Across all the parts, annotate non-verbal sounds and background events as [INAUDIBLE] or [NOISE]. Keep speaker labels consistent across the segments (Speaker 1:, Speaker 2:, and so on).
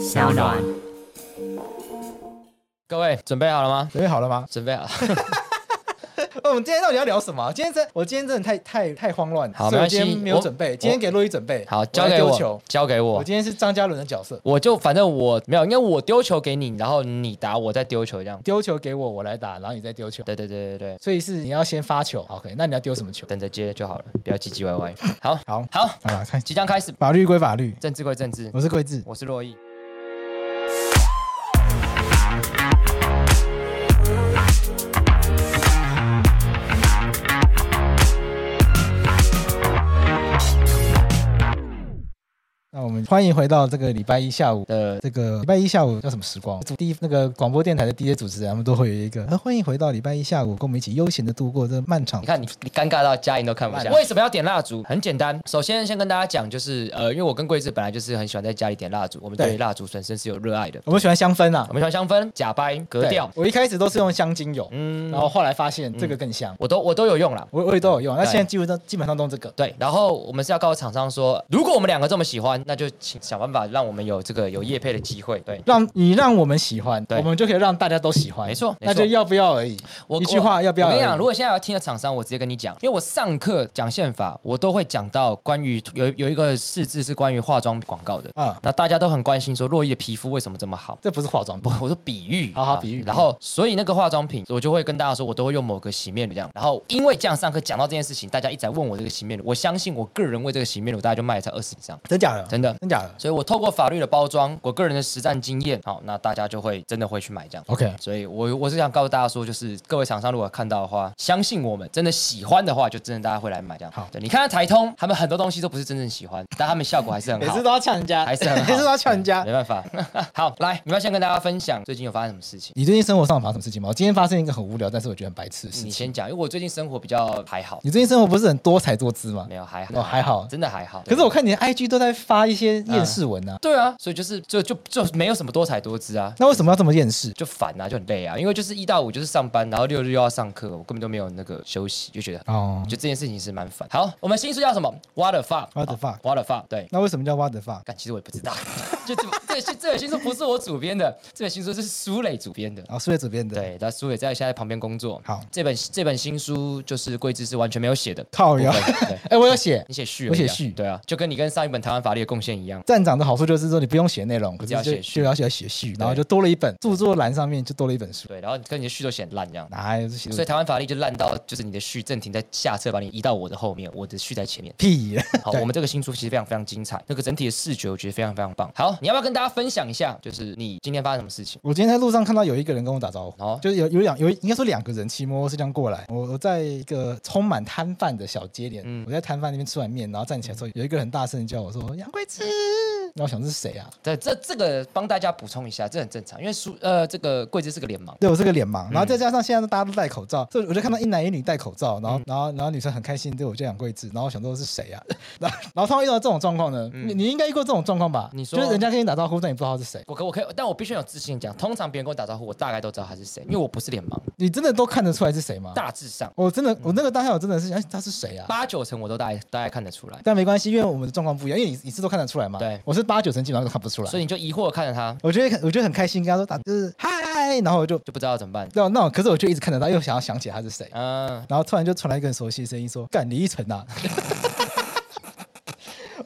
Speaker 1: 小暖，
Speaker 2: 各位准备好了吗？
Speaker 3: 准哎备好了吗？哦
Speaker 2: 准
Speaker 3: [LAUGHS]
Speaker 2: 备好了。
Speaker 3: 我们今天到底要聊什么？今天真，我今天真的太太太慌乱了，
Speaker 2: 好
Speaker 3: 所以我
Speaker 2: 没关系
Speaker 3: 今天没有
Speaker 2: 我
Speaker 3: 准备。今天给洛伊准备，
Speaker 2: 好，
Speaker 3: 我
Speaker 2: 交
Speaker 3: 来
Speaker 2: 给
Speaker 3: 丢
Speaker 2: 我
Speaker 3: 球，。
Speaker 2: 交给
Speaker 3: 我
Speaker 2: 我。
Speaker 3: 今天是张嘉伦的角色，
Speaker 2: 我就反正我没有，因为我丢球给你，然后你打，我再丢球这样。
Speaker 3: 丢球给我，我来打，然后你再丢球。
Speaker 2: 对对对对对，
Speaker 3: 所以是你要先发球，OK？那你要丢什么球？
Speaker 2: 等着接就好了，不要唧唧歪歪。好，
Speaker 3: 好
Speaker 2: 好，
Speaker 3: 好了，看
Speaker 2: 即将开始，
Speaker 3: 法律归法律，
Speaker 2: 政治归政治，
Speaker 3: 我是桂智。
Speaker 2: 我是洛毅。
Speaker 3: 那我们欢迎回到这个礼拜一下午。
Speaker 2: 的
Speaker 3: 这个礼拜一下午叫什么时光？第一那个广播电台的 DJ 主持人，他们都会有一个、呃，欢迎回到礼拜一下午，跟我们一起悠闲的度过这漫长
Speaker 2: 你。看你你尴尬到家人都看不下。
Speaker 3: 烂
Speaker 2: 为什么要点蜡烛？很简单，首先先跟大家讲，就是呃，因为我跟桂子本来就是很喜欢在家里点蜡烛，我们
Speaker 3: 对
Speaker 2: 对蜡烛本身是有热爱的。
Speaker 3: 我们喜欢香氛啊
Speaker 2: 我，们喜欢香氛、假掰、格
Speaker 3: 对
Speaker 2: 调，
Speaker 3: 我一开始都是用香精油，
Speaker 2: 嗯，
Speaker 3: 然后后来发现这个更香，
Speaker 2: 我都我都有用啦。
Speaker 3: 我我也都有用。那
Speaker 2: 对
Speaker 3: 现在基本上基本上都用这个。
Speaker 2: 对，然后我们是要告诉厂商说，如果我们两个这么喜欢，那就请想办法让我们有这个有业配的机会。对，
Speaker 3: 让你让我们喜欢，
Speaker 2: 对
Speaker 3: 我们就可以让大家都喜欢。
Speaker 2: 没错没错
Speaker 3: 那就要不要而已。
Speaker 2: 我
Speaker 3: 一句话要不要
Speaker 2: 我跟你
Speaker 3: 而
Speaker 2: 讲，
Speaker 3: 已
Speaker 2: 如果现在要听的厂商，我直接跟你讲，因为我上课讲宪法，我都会讲到关于有有一个四字是关于化妆广告的
Speaker 3: 啊
Speaker 2: 那大家都很关心说，洛伊的皮肤为什么这么好？
Speaker 3: 这不是化妆
Speaker 2: 不
Speaker 3: 品，，
Speaker 2: 我说比喻，
Speaker 3: 好
Speaker 2: 啊
Speaker 3: 好比喻
Speaker 2: 然后，所以那个化妆品，我就会跟大家说，我都会用某个洗面乳这样。然后，因为这样上课讲到这件事情，大家一直在问我这个洗面乳，我相信我个人为这个洗面乳，大概就卖了才二十以上。
Speaker 3: 真假的？
Speaker 2: 真的
Speaker 3: 真假的？
Speaker 2: 所以我透过法律的包装，我个人的实战经验，好，那大家就会真的会去买这样。
Speaker 3: OK
Speaker 2: 所以我我是想告诉大家说，就是各位厂商如果看到的话，相信我们，真的喜欢的话，就真的大家会来买这样。
Speaker 3: 好
Speaker 2: 对你看看台通，他们很多东西都不是真正喜欢，但他们效果还是很
Speaker 3: 每
Speaker 2: 好
Speaker 3: 次。都要呛人家，
Speaker 2: 还是很好
Speaker 3: 每次都要呛人家
Speaker 2: 没。办法， [LAUGHS] 好，来，你们要先跟大家分享最近有发生什么事情。
Speaker 3: 你最近生活上有发生什么事情吗？我今天发生一个很无聊，但是我觉得很白痴的事情。
Speaker 2: 你先讲，因为我最近生活比较还好，
Speaker 3: 你最近生活不是很多才多姿吗
Speaker 2: 没？有还好，
Speaker 3: 哦还好
Speaker 2: 真的还好。
Speaker 3: 可是
Speaker 2: 对
Speaker 3: 我看你的 IG 都在发一些厌世文啊，
Speaker 2: 对啊，所以就是就就就没有什么多彩多姿啊，
Speaker 3: 那为什么要这么厌世？
Speaker 2: 就烦啊，就很累啊，因为就是一到五就是上班，然后六日又要上课，我根本都没有那个休息，就觉得。
Speaker 3: 哦
Speaker 2: 就，这件事情是蛮烦。好，我们新书叫什么？What the
Speaker 3: What the fuck？
Speaker 2: fuck？What the fuck？对，
Speaker 3: 那为什么叫 what the fuck？
Speaker 2: 但其实我也不知道。 [LAUGHS] 就这这这这本新书不是我主编的，这本新书是苏磊主编的。
Speaker 3: 啊，苏叶主编的。，
Speaker 2: 对，但苏磊在现在旁边工作。
Speaker 3: 好
Speaker 2: 这本这本新书就是桂枝是完全没有写的。
Speaker 3: 靠呀
Speaker 2: 部分对，
Speaker 3: 哎，我有写
Speaker 2: 你写序而已啊，
Speaker 3: 我写序
Speaker 2: 对啊，就跟你跟上一本台湾法律的贡献一样。
Speaker 3: 站长的好处就是说你不用写内容，可
Speaker 2: 只
Speaker 3: 是
Speaker 2: 要
Speaker 3: 就
Speaker 2: 写序
Speaker 3: 就要写写序，然后就多了一本著作栏上面就多了一本书。
Speaker 2: 对，然后跟你的序都写很烂这样。
Speaker 3: 哪有这写？
Speaker 2: 所以台湾法律就烂到，就是你的序正廷在下册，把你移到我的后面，我的序在前
Speaker 3: [LAUGHS]
Speaker 2: 面。
Speaker 3: 屁！
Speaker 2: 好，
Speaker 3: 对
Speaker 2: 我们这个新书其实非常非常精彩，那个整体的视觉我觉得非常非常棒。好，你要不要跟大家分享一下，就是你今天发生什么事情？
Speaker 3: 我今天在路上看到有一个人跟我打招呼，
Speaker 2: 哦
Speaker 3: 就是有有两有应该说两个人骑摩托车这样过来。我我在一个充满摊贩的小街里，
Speaker 2: 嗯
Speaker 3: 我在摊贩那边吃完面，然后站起来的时候，有一个人很大声地叫我说：“杨贵枝。”然后我想这是谁啊？
Speaker 2: 对，这这个帮大家补充一下，这很正常，因为书呃这个桂枝是个脸盲，
Speaker 3: 对我是个脸盲，然后
Speaker 2: 嗯
Speaker 3: 再加上现在大家都戴口罩，所以我就看到一男一女戴口罩，然后
Speaker 2: 嗯
Speaker 3: 然后然后女生很开心对我叫杨贵枝，然后我想说是谁啊？ [LAUGHS] 然后然后他们遇到这种状况呢，你你应该遇过这种状况吧？
Speaker 2: 嗯你说
Speaker 3: 就是人家跟你打招呼，但你不知道他是谁，
Speaker 2: 我可我可以，但我必须很有自信地讲，通常别人跟我打招呼，我大概都知道他是谁，因为我不是脸盲，
Speaker 3: 你真的都看得出来是谁吗？
Speaker 2: 大嗯致上
Speaker 3: 我真的我那个当下我真的是哎他是谁啊？
Speaker 2: 八九成我都大概大概看得出来，
Speaker 3: 但没关系，因为我们的状况不一样，因为你你是都看得出来嘛。
Speaker 2: 对
Speaker 3: 我是八九成基本上都看不出来。
Speaker 2: 所以你就疑惑地看着他，
Speaker 3: 我觉得很我觉得很开心，跟他说打就是嗨，然后我就
Speaker 2: 就不知道怎么办。
Speaker 3: 那那可是我就一直看着他，又想要想起他是谁，
Speaker 2: 嗯，
Speaker 3: 然后突然就传来一个很熟悉的声音说：“干李依晨啊！” [LAUGHS]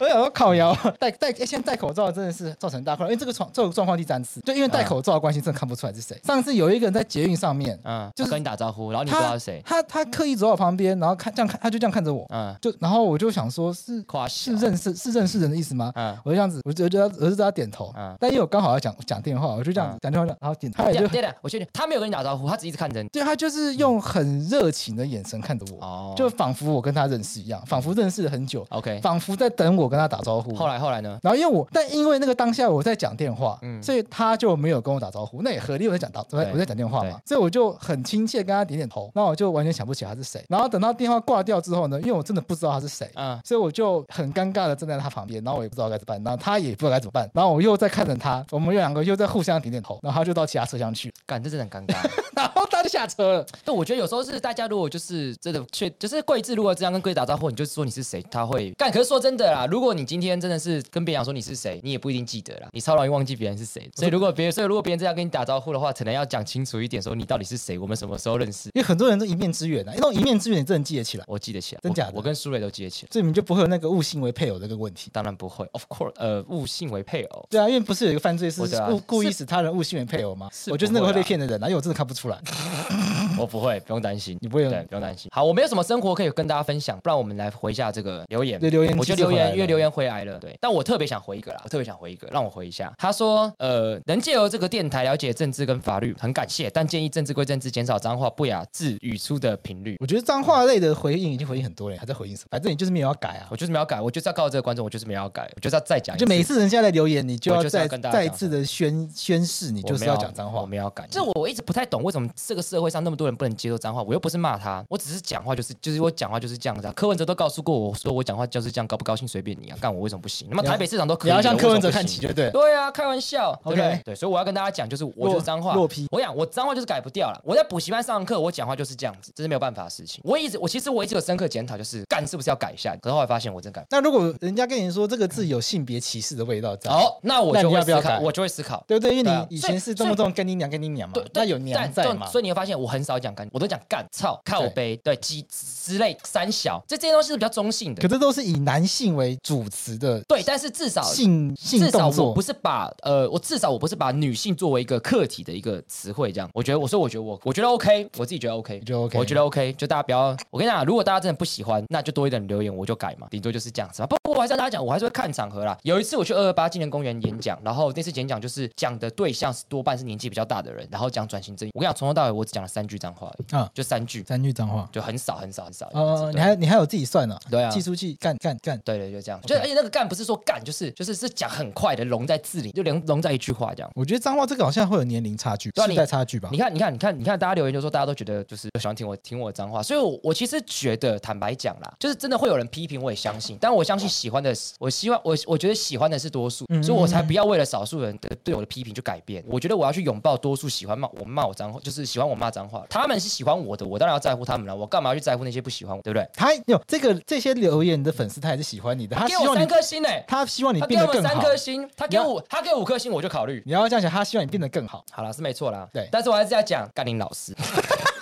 Speaker 3: 我想说烤窑
Speaker 2: 嗯
Speaker 3: 戴戴、哎现在戴口罩真的是造成大困扰，因为这个状这种状况第三次，就因为戴口罩的关系，真的看不出来是谁。上次有一个人在捷运上面，
Speaker 2: 嗯，
Speaker 3: 就
Speaker 2: 就是跟你打招呼，嗯然后你不知道
Speaker 3: 他
Speaker 2: 是谁，
Speaker 3: 他他刻意走到我旁边，然后看这样看，他就这样看着我，
Speaker 2: 嗯，
Speaker 3: 就然后我就想说是
Speaker 2: 夸
Speaker 3: 是
Speaker 2: 是
Speaker 3: 认识是认识人的意思吗？
Speaker 2: 嗯，
Speaker 3: 我就这样子，我就我就我就对他点头
Speaker 2: 嗯，
Speaker 3: 但因为我刚好要讲讲电话，我就这样子
Speaker 2: 嗯
Speaker 3: 讲电话，然后点他
Speaker 2: 对
Speaker 3: 也
Speaker 2: 的
Speaker 3: 就
Speaker 2: 对的，啊我确定他没有跟你打招呼，他只一直看着你。
Speaker 3: 对他就是用很热情的眼神看着我，
Speaker 2: 哦，
Speaker 3: 就仿佛我跟他认识一样，仿佛认识了很久，
Speaker 2: OK，
Speaker 3: 仿佛在等我我跟他打招呼。
Speaker 2: 后来后来呢？
Speaker 3: 嗯然后因为我，但因为那个当下我在讲电话，
Speaker 2: 嗯
Speaker 3: 所以他就没有跟我打招呼，那也合理，我在讲打，我在
Speaker 2: 对
Speaker 3: 我在讲电话嘛
Speaker 2: 对，
Speaker 3: 所以我就很亲切跟他点点头，那我就完全想不起他是谁。然后等到电话挂掉之后呢，因为我真的不知道他是谁。
Speaker 2: 嗯，
Speaker 3: 所以我就很尴尬的站在他旁边，然后我也不知道该怎么办，然后他也不知道该怎么办，然后我又在看着他，我们又两个又在互相点点头，然后他就到其他车厢去， [LAUGHS]
Speaker 2: 感这真的很尴尬。
Speaker 3: 然后他就下车了。
Speaker 2: 但我觉得有时候是大家如果就是真的确就是桂枝，如果这样跟桂枝打招呼，你就说你是谁，他会干。可是说真的啦，如果你今天真的是跟别人讲说你是谁，你也不一定记得啦，你超容易忘记别人是谁。所以如果别人所以如果别人这样跟你打招呼的话，可能要讲清楚一点，说你到底是谁，我们什么时候认识。
Speaker 3: 因为很多人都一面之缘啊，那种一面之缘你真的记得起来，
Speaker 2: 我记得起来，
Speaker 3: 真假的
Speaker 2: 我？我跟苏磊都记得起来，
Speaker 3: 所以你就不会有那个误信为配偶的这个问题。
Speaker 2: 当然不会，of course，呃，误信为配偶。
Speaker 3: 对啊，因为不是有一个犯罪是
Speaker 2: 我知道啊
Speaker 3: 故故意
Speaker 2: 是
Speaker 3: 使他人误信为配偶吗？
Speaker 2: 是
Speaker 3: 我就是那个
Speaker 2: 不
Speaker 3: 会
Speaker 2: 会
Speaker 3: 被
Speaker 2: 啦
Speaker 3: 骗的人啊，因为我真的看不出来。
Speaker 2: [LAUGHS] 我不会，不用担心，
Speaker 3: 你不会有
Speaker 2: 对，不用担心。好，我没有什么生活可以跟大家分享，不然我们来回一下这个留言。
Speaker 3: 对留言
Speaker 2: 我觉得
Speaker 3: 机制
Speaker 2: 留
Speaker 3: 回来
Speaker 2: 言
Speaker 3: 了
Speaker 2: 因为留言回来了，对，但我特别想回一个啦，我特别想回一个，让我回一下。他说，呃，能借由这个电台了解政治跟法律，很感谢，但建议政治归政治，减少脏话、不雅字语出的频率。
Speaker 3: 我觉得脏话类的回应已经回应很多了，还在回应什么？反正你就是没有要改啊
Speaker 2: 我。就是没有要改，我就是要告诉这个观众，我就是没有要改，我就是要再讲一次，
Speaker 3: 就每一次人家来留言，你就
Speaker 2: 我
Speaker 3: 要
Speaker 2: 就是
Speaker 3: 再
Speaker 2: 要跟大家
Speaker 3: 再一
Speaker 2: 讲
Speaker 3: 次的宣宣誓，你
Speaker 2: 我
Speaker 3: 就是
Speaker 2: 没有
Speaker 3: 要讲脏
Speaker 2: 我
Speaker 3: 话。
Speaker 2: 没有要改。这我一直不太懂，为什么这个社会上那么多人不能接受脏话？我又不是骂他，我只是讲话就是就是我讲话就是这样子、啊。柯文哲都告诉过我说我讲话就是这样，高不高兴随便你啊，干我为什么不行？那么
Speaker 3: 你要
Speaker 2: 台北市长都可
Speaker 3: 你
Speaker 2: 以了，
Speaker 3: 要向柯文哲
Speaker 2: 我为什么
Speaker 3: 看
Speaker 2: 不
Speaker 3: 齐
Speaker 2: 行
Speaker 3: 就对了。
Speaker 2: 对啊，开玩笑
Speaker 3: OK
Speaker 2: 对不对对，所以我要跟大家讲，就是我就是脏话
Speaker 3: 落落批
Speaker 2: 我讲我脏话就是改不掉了。我在补习班上课，我讲话就是这样子，这是没有办法的事情。我一直我其实我一直有深刻检讨，就是干是不是要改一下？可是后来发现我真改不
Speaker 3: 那如果人家跟你说这个字有性别歧视的味道，这
Speaker 2: 掉。
Speaker 3: 样
Speaker 2: 好，那我
Speaker 3: 那
Speaker 2: 就
Speaker 3: 你
Speaker 2: 会
Speaker 3: 要不要
Speaker 2: 思考，
Speaker 3: 改
Speaker 2: 我就会思考。
Speaker 3: 对不对？因为
Speaker 2: 哦对啊
Speaker 3: 你以
Speaker 2: 所以
Speaker 3: 前是动不动跟你娘跟你娘嘛
Speaker 2: 对，，
Speaker 3: 那
Speaker 2: 对
Speaker 3: 有
Speaker 2: 但
Speaker 3: 娘在
Speaker 2: 这
Speaker 3: 嘛？
Speaker 2: 所以你会发现我很少讲干，我都讲干、操、靠背、对、鸡之类三小，这这些东西是比较中性的
Speaker 3: 可。这都是以男性为主词的
Speaker 2: 对，但是至少
Speaker 3: 性性
Speaker 2: 至少
Speaker 3: 动
Speaker 2: 我
Speaker 3: 作
Speaker 2: 不。是把呃，我至少我不是把女性作为一个客体的一个词汇这样。我觉得，我说我觉得我我觉得 OK，我自己觉得 OK，
Speaker 3: 觉得 OK
Speaker 2: 我觉得 OK，就大家不要。我跟你讲，如果大家真的不喜欢，那就多一点留言，我就改嘛，顶多就是这样子嘛。不过我还是要跟大家讲，我还是会看场合啦。有一次我去二二八纪念公园演讲，然后那次演讲就是讲的对象是多半是年纪比较大的人，然后讲转型正义。我跟你讲，从头到尾我只讲了三句脏话而已，
Speaker 3: 啊
Speaker 2: 就三句，
Speaker 3: 三句脏话。
Speaker 2: 就很少很少很少这样子。
Speaker 3: 呃，你
Speaker 2: 对
Speaker 3: 还你还有自己算呢？
Speaker 2: 对啊
Speaker 3: 寄出去干干干。
Speaker 2: 对对，就这样。就而哎且那个干不是说干，就是就是是讲很快的，融在字里，就融融在一句话这样。
Speaker 3: 我觉得脏话这个好像会有年龄差距，
Speaker 2: 对啊
Speaker 3: 世
Speaker 2: 你
Speaker 3: 代差距吧
Speaker 2: 你。看，你看，你看，你看，大家留言就说大家都觉得就是喜欢听我听我的脏话，所以我我其实觉得，坦白讲啦，就是真的会有人批评，我也相信，但我相信喜欢的，我希望我我觉得喜欢的是多数，
Speaker 3: 嗯
Speaker 2: 所以我才不要为了少数人的对我的批评就改变。我觉得我要去拥抱多数喜欢骂我骂我脏话，就是喜欢我骂脏话，他们是喜欢我的，我当然要在乎他们了，我干嘛要去在乎那些不喜欢我，对不对？
Speaker 3: 他有这个这些留言的粉丝，他还是喜欢你的，他
Speaker 2: 给
Speaker 3: 希
Speaker 2: 我
Speaker 3: 望
Speaker 2: 三
Speaker 3: 你，
Speaker 2: 颗星呢、
Speaker 3: 他希望你
Speaker 2: 他给
Speaker 3: 变得
Speaker 2: 我
Speaker 3: 更
Speaker 2: 三
Speaker 3: 好。
Speaker 2: 颗星，他给
Speaker 3: 你要
Speaker 2: 我他给五颗星我就考虑。
Speaker 3: 你要这样想，他希望你变得更好。
Speaker 2: 好了，是没错啦。
Speaker 3: 对
Speaker 2: 但是我还是要讲甘霖老师。 [LAUGHS]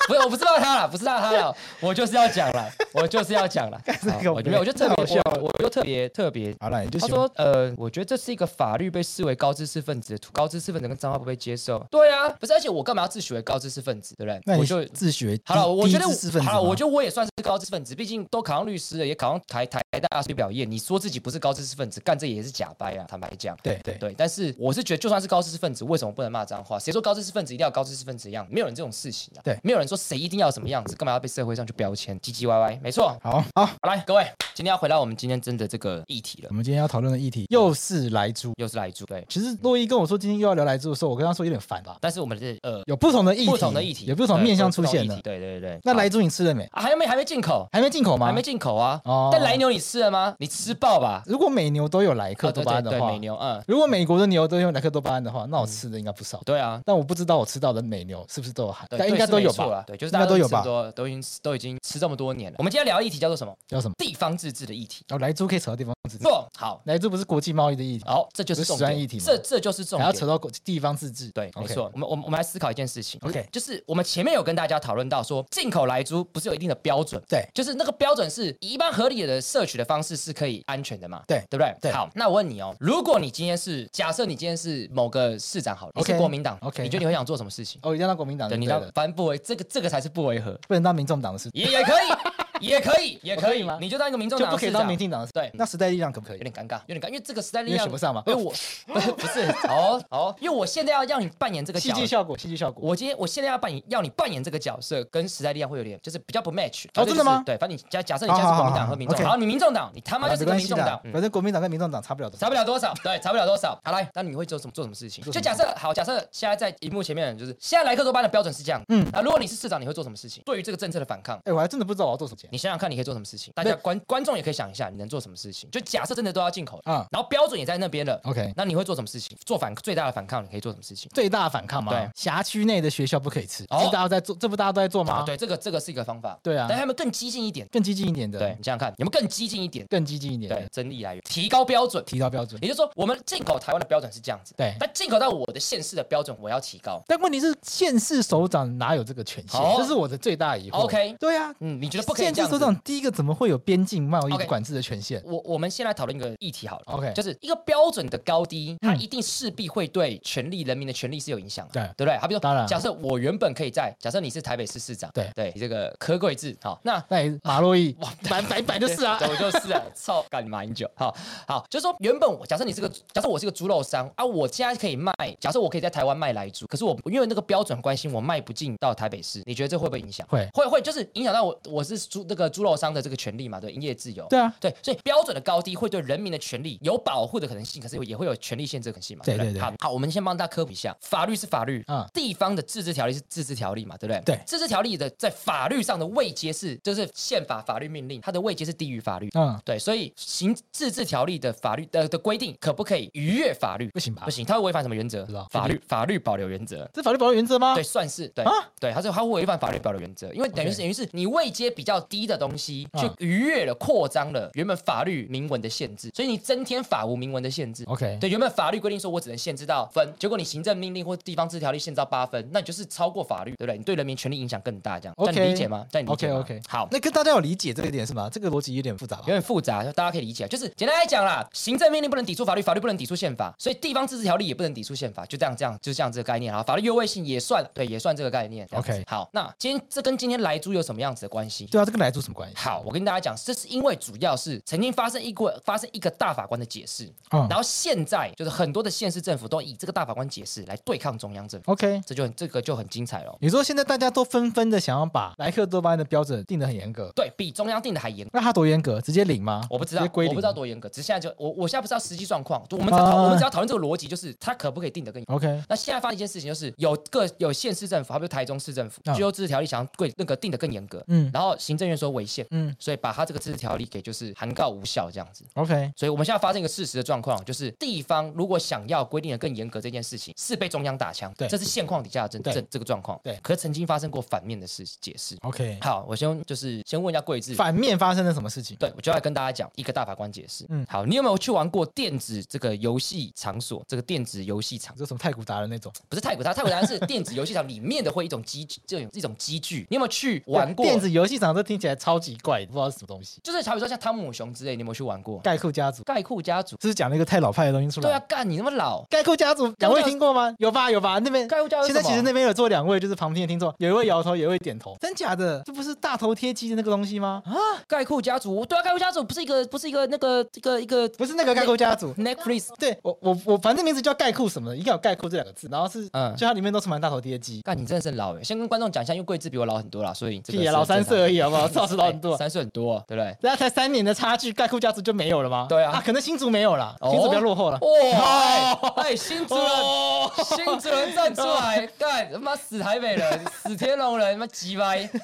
Speaker 2: 不是，我不知道他啦，不知道他啦，我就是要讲啦，我就是要讲啦。
Speaker 3: 个
Speaker 2: 好我没有，我就特
Speaker 3: 太好
Speaker 2: 别
Speaker 3: 笑，
Speaker 2: 我我就特别特别。
Speaker 3: 好了，你就
Speaker 2: 他
Speaker 3: 喜欢
Speaker 2: 说：“呃，我觉得这是一个法律被视为高知识分子的图，高知识分子跟脏话不被接受。对啊，不是，而且我干嘛要自诩为高知识分子，对不对？
Speaker 3: 那你
Speaker 2: 我就
Speaker 3: 自学
Speaker 2: 好了，我
Speaker 3: 低
Speaker 2: 觉得
Speaker 3: 低知识分
Speaker 2: 我
Speaker 3: 子
Speaker 2: 好了，
Speaker 3: 吗
Speaker 2: 我觉得我也算是高知识分子，毕竟都考上律师了，也考上台台大去表演。你说自己不是高知识分子，干这也是假掰啊！坦白讲，
Speaker 3: 对对
Speaker 2: 对，但是我是觉得，就算是高知识分子，为什么不能骂脏话？谁说高知识分子一定要有高知识分子一样子？没有人这种事情啊。
Speaker 3: 对
Speaker 2: 没有人说谁一定要什么样子，干嘛要被社会上去标签？唧唧歪歪，没错。
Speaker 3: 好好。
Speaker 2: 好，来各位，今天要回到我们今天真的这个议题了
Speaker 3: 我，们今天要讨论的议题又是莱猪。
Speaker 2: 又是来猪对，
Speaker 3: 其实洛伊跟我说今天又要聊莱猪的时候，我跟他说有点烦吧，
Speaker 2: 但是我们是呃
Speaker 3: 有不同的议题，
Speaker 2: 不同的议题，
Speaker 3: 有不同
Speaker 2: 对
Speaker 3: 面向
Speaker 2: 有不
Speaker 3: 出
Speaker 2: 同
Speaker 3: 现
Speaker 2: 议
Speaker 3: 的
Speaker 2: 题。对对对，
Speaker 3: 那
Speaker 2: 好
Speaker 3: 莱猪你吃了没？
Speaker 2: 啊还没还没进口，
Speaker 3: 还没进口吗？
Speaker 2: 还没。进口啊。
Speaker 3: 哦
Speaker 2: 但来牛你吃了吗？你吃爆吧。
Speaker 3: 如果美牛都有莱克
Speaker 2: 哦
Speaker 3: 多
Speaker 2: 对
Speaker 3: 巴胺
Speaker 2: 对
Speaker 3: 的
Speaker 2: 对
Speaker 3: 话
Speaker 2: 美，牛，嗯，
Speaker 3: 如果美国的牛都用莱克多巴胺的话，那我吃的应该不少。
Speaker 2: 对啊，
Speaker 3: 但我不知道我吃到的美牛是不是都有含，
Speaker 2: 对
Speaker 3: 但应
Speaker 2: 对
Speaker 3: 该
Speaker 2: 是
Speaker 3: 都
Speaker 2: 没
Speaker 3: 有
Speaker 2: 错啦啊
Speaker 3: 吧？
Speaker 2: 对，就
Speaker 3: 应
Speaker 2: 是大
Speaker 3: 该
Speaker 2: 家
Speaker 3: 都有
Speaker 2: 吃这么
Speaker 3: 吧？
Speaker 2: 多都已经都已经吃这么多年了。我们今天聊的议题叫做什么？
Speaker 3: 叫什么？
Speaker 2: 地方自治的议题。
Speaker 3: 哦，莱猪可以扯到地方自治，
Speaker 2: 错，好，
Speaker 3: 莱猪不是国际贸易的议题，
Speaker 2: 好，这就是重
Speaker 3: 这是实案
Speaker 2: 点，
Speaker 3: 议题吗
Speaker 2: 这这就是哦重
Speaker 3: 还要
Speaker 2: 点。
Speaker 3: 扯到国地方自治。
Speaker 2: 对，没
Speaker 3: OK
Speaker 2: 错。我们我们我们来思考一件事情
Speaker 3: OK
Speaker 2: 就是我们前面有跟大家讨论到说，进口来猪不是有一定的标准，
Speaker 3: 对
Speaker 2: 就是那个标准是一般合理的摄取的方式是可以安全的嘛，
Speaker 3: 对
Speaker 2: 对不对？
Speaker 3: 对
Speaker 2: 好，那我问你哦，如果你今天是假设你今天是某个市长好了，你是
Speaker 3: OK
Speaker 2: 国民党
Speaker 3: OK
Speaker 2: 你觉得你会想做什么事情？
Speaker 3: 哦，一定要当国民党就
Speaker 2: 对，
Speaker 3: 对
Speaker 2: 你
Speaker 3: 了，
Speaker 2: 知道，反正不违，这个这个才是不违和，
Speaker 3: 不能当民众党的事。
Speaker 2: 也也可以，也可以，也
Speaker 3: [LAUGHS] 我
Speaker 2: 可
Speaker 3: 可以
Speaker 2: 以
Speaker 3: 吗
Speaker 2: 你就当一个民众
Speaker 3: 就
Speaker 2: 党
Speaker 3: 不
Speaker 2: 的
Speaker 3: 可以
Speaker 2: 市
Speaker 3: 当
Speaker 2: 长
Speaker 3: 民进党的市
Speaker 2: 对，
Speaker 3: 那时代力量可不可
Speaker 2: 有
Speaker 3: 以？
Speaker 2: 点尴尬，有点尴尬，因为这个时代力
Speaker 3: 因为
Speaker 2: 量
Speaker 3: 选不上嘛
Speaker 2: 因
Speaker 3: [LAUGHS]
Speaker 2: 为我不是不是哦哦，因为我现在要让你扮演这个
Speaker 3: 戏
Speaker 2: 角
Speaker 3: 剧
Speaker 2: 色。
Speaker 3: 效果，戏剧效果。
Speaker 2: 我今天我现在要扮演要你扮演这个角色，跟时代力量会有点就是比较不 match。
Speaker 3: 哦
Speaker 2: 反正
Speaker 3: 真的吗
Speaker 2: 就是对，反正你假假设你现在是国民党和民众
Speaker 3: 好好好好，
Speaker 2: 好，你民众党，你他妈
Speaker 3: 好啦
Speaker 2: 就是
Speaker 3: 没
Speaker 2: 个
Speaker 3: 关
Speaker 2: 民
Speaker 3: 系
Speaker 2: 众
Speaker 3: 的
Speaker 2: 党，，嗯
Speaker 3: 反正国民党跟民众党差不了多
Speaker 2: 差
Speaker 3: 少。
Speaker 2: 不了多少，对，差不了多少。好来，那你会做什么做什么事情？
Speaker 3: 做什
Speaker 2: 就
Speaker 3: 么
Speaker 2: 假设好，假设现在在荧幕前面的人就是现在莱克多巴的标准是这样，嗯啊，如果你是市长，你会做什么事情？对于这个政策的反抗，
Speaker 3: 哎，我还真的不知道我要做什么。
Speaker 2: 你想想看，你可以做什么事情？大家观观众也可以想一下，你能做什么事情？就假设真的都要进口
Speaker 3: 啊
Speaker 2: 啊，然后标准也在那边了
Speaker 3: OK
Speaker 2: 那你会做什么事情？做反最大的反抗，你可以做什么事情？
Speaker 3: 最大反抗嘛，
Speaker 2: 对
Speaker 3: 辖区内的学校不可以吃，
Speaker 2: 哦
Speaker 3: 这大家在做，这不大家都在做吗？
Speaker 2: 啊，，对，这个这个是一个方法，
Speaker 3: 对啊
Speaker 2: 但他们更激进一点，
Speaker 3: 更激进一点的，
Speaker 2: 对，你想想看，有没有更激进一点？
Speaker 3: 更激进一点的，
Speaker 2: 对，争议来源，提高标准。
Speaker 3: 提高标准。
Speaker 2: 也就是说，我们进口台湾的标准是这样子，
Speaker 3: 对
Speaker 2: 但进口到我的县市的标准，我要提高。
Speaker 3: 但问题是，县市首长哪有这个权限？
Speaker 2: 哦
Speaker 3: 这是我的最大疑惑。
Speaker 2: OK
Speaker 3: 对啊，
Speaker 2: 嗯，你觉得不可以
Speaker 3: 县市
Speaker 2: 这样
Speaker 3: 首
Speaker 2: 子？
Speaker 3: 长第一个怎么会有边境贸易
Speaker 2: OK
Speaker 3: 管制的权限？
Speaker 2: 我我们先来讨论一个议题好了
Speaker 3: OK
Speaker 2: 就是一个标准的高低，它
Speaker 3: 嗯
Speaker 2: 一定势必会对权利人民的权利是有影响的，
Speaker 3: 对
Speaker 2: 对不对？好比说，
Speaker 3: 当然
Speaker 2: 假设我原本可以在，假设你是台北市市长，
Speaker 3: 对
Speaker 2: 对，你这个柯贵志，好，那
Speaker 3: 那也是马洛伊摆摆摆就是啊
Speaker 2: 对，我就是啊， [LAUGHS] 操，干你妈饮酒，好好，就是说原本我假设你是个，假设我是个猪肉商啊，我现在可以卖，假设我可以在台湾卖来猪，可是我因为那个标准关系，我卖不进到台北市，你觉得这会不会影响？
Speaker 3: 会
Speaker 2: 会会，就是影响到我我是猪那个猪肉商的这个权利嘛，对，营业自由。
Speaker 3: [LAUGHS] 对啊，
Speaker 2: 对，所以标准的高低会对人民的权利有保护的可能性，可是也会有权利限制的可能性嘛？
Speaker 3: 对
Speaker 2: 不
Speaker 3: 对对
Speaker 2: 好，好，我们先帮大家科普一下，法律是法律
Speaker 3: 嗯
Speaker 2: 啊，地方的自治条例是自治条例嘛，对不对？
Speaker 3: 对
Speaker 2: 自治条例的在法律上的位阶是，就是宪法法律命令，它的位阶是低于法律。
Speaker 3: 嗯，
Speaker 2: 对，所以行自治条例的法律的的规定，可不可以逾越法律？
Speaker 3: 不行吧
Speaker 2: 不行，它会违反什么原则
Speaker 3: 知道？
Speaker 2: 法律法律保留原则。
Speaker 3: 这法律保护原则吗？
Speaker 2: 对，，算是对
Speaker 3: 啊
Speaker 2: 对，它是它会违反法律保留原则，因为等于是
Speaker 3: OK
Speaker 2: 等于是你位阶比较低的东西，
Speaker 3: 啊
Speaker 2: 去逾越了、扩张了原本法律明文的限制，所以你增添法无明文的限制。
Speaker 3: OK
Speaker 2: 对，原本法律规定说我只能限制到分，结果你行政命令或地方自治条例限制到八分，那你就是超过法律，对不对？你对人民权利影响更大，这样，这
Speaker 3: OK
Speaker 2: 样你理解吗？这样你理解吗
Speaker 3: OK，OK
Speaker 2: 好。
Speaker 3: 那跟大家有理解这一点是吗？这个逻辑有点复杂吧
Speaker 2: 有？点复杂，大家可以理解。就是简单来讲啦，行政命令不能抵触法律，法律不能抵触宪法，所以地方自治条例也不能抵触宪法，就这样这样就这样这个概念啊。法律优位性也算对，也算这个概念。这样子
Speaker 3: OK
Speaker 2: 好，那今天这跟今天来猪有什么样子的关系？
Speaker 3: 对啊，这跟来猪什么关系？
Speaker 2: 好，我跟大家讲，这是因为主要是曾经发生一过发生一个大法官的解释，
Speaker 3: 嗯
Speaker 2: 然后现在就是很多的县市政府都以这个大法官解释来对抗中央政府，
Speaker 3: ，OK。
Speaker 2: 这就很这个就很精彩了。
Speaker 3: 你说现在大家都纷纷的想要把莱克多巴胺的标准定得很严格，
Speaker 2: 对比中央定的还严
Speaker 3: 那它多严格？直接领吗？
Speaker 2: 我不知道，
Speaker 3: 直接归
Speaker 2: 我
Speaker 3: 零
Speaker 2: 不知道多严格，只是现在就我我现在不知道实际状况，就我们只要讨、
Speaker 3: 啊
Speaker 2: 我们只要讨论这个逻辑，就是它可不可以定得更严。
Speaker 3: OK，
Speaker 2: 那现在发生一件事情，就是有个有县市政府，好比如台中市政府，
Speaker 3: 嗯
Speaker 2: 居住自治条例想要贵那个定得更严格，
Speaker 3: 嗯
Speaker 2: 然后行政院说违宪，
Speaker 3: 嗯
Speaker 2: 所以把他这个自治条例给就是函告无效这样子。
Speaker 3: ，OK，
Speaker 2: 所以我们现在发生一个事实的状况，就是地方如果想要规定的更严格这件事情，是被中央打枪，
Speaker 3: 对
Speaker 2: 这是现况底下的这
Speaker 3: 对
Speaker 2: 这这个状况。
Speaker 3: 对
Speaker 2: 可是曾经发生过反面的事解释。
Speaker 3: OK，
Speaker 2: 好，我先就是先问一下桂智，
Speaker 3: 反面发生了什么事情？
Speaker 2: 对，我就要跟大家讲一个大法官解释。
Speaker 3: 嗯
Speaker 2: 嗯，好，你有没有去玩过电子这个游戏场所？这个电子游戏场
Speaker 3: 你说什么太古达人那种
Speaker 2: 不是太古达，太古达是电子游戏场里面的会一种机，这种一种机具。你有没有去玩过？
Speaker 3: 电子游戏厂，这听起来超级怪，不知道是什么东西。
Speaker 2: 就是，好比说像汤姆熊之类，你有没有去玩过？
Speaker 3: 盖库家族，
Speaker 2: 盖库家族？
Speaker 3: 这是讲了一个太老派的东西出来。
Speaker 2: 对啊，，干你那么老，
Speaker 3: 盖库家族，两位听过吗？有吧，有吧，那边。
Speaker 2: 盖库家族是
Speaker 3: 现在
Speaker 2: 什么
Speaker 3: 其实那边有坐两位，就是旁边的听众，有一位摇头，有一位点头。真假的？这不是大头贴机的那个东西吗？
Speaker 2: 盖库家族，对啊，盖库家族不是一个，不是一个那个这个一个
Speaker 3: 不是那个啊盖库家族。 [LAUGHS]
Speaker 2: Netflix。
Speaker 3: 对我我我，反正名字叫盖库什么的，应该有盖库这两个字。然后是，
Speaker 2: 嗯
Speaker 3: 就它里面都充满大头贴机，
Speaker 2: 干，你真的是很老哎！先跟观众讲一下，因为桂枝比我老很多啦，所以这个
Speaker 3: 屁呀，
Speaker 2: 是
Speaker 3: 老三
Speaker 2: 正常
Speaker 3: 岁而已，好不好？少时老很
Speaker 2: 的，
Speaker 3: 多。
Speaker 2: 三岁很多，对
Speaker 3: [LAUGHS]
Speaker 2: 不对？
Speaker 3: 人家才三年的差距，盖库家族就没有了吗？
Speaker 2: 对啊
Speaker 3: 可能新竹没有啦，
Speaker 2: 哦啊
Speaker 3: 新竹比较落后了。
Speaker 2: 哇！哎哎，新主人，
Speaker 3: 哦，
Speaker 2: 新主人站出来，干他妈死台北人，死天龙人，他妈鸡掰！
Speaker 3: [LAUGHS]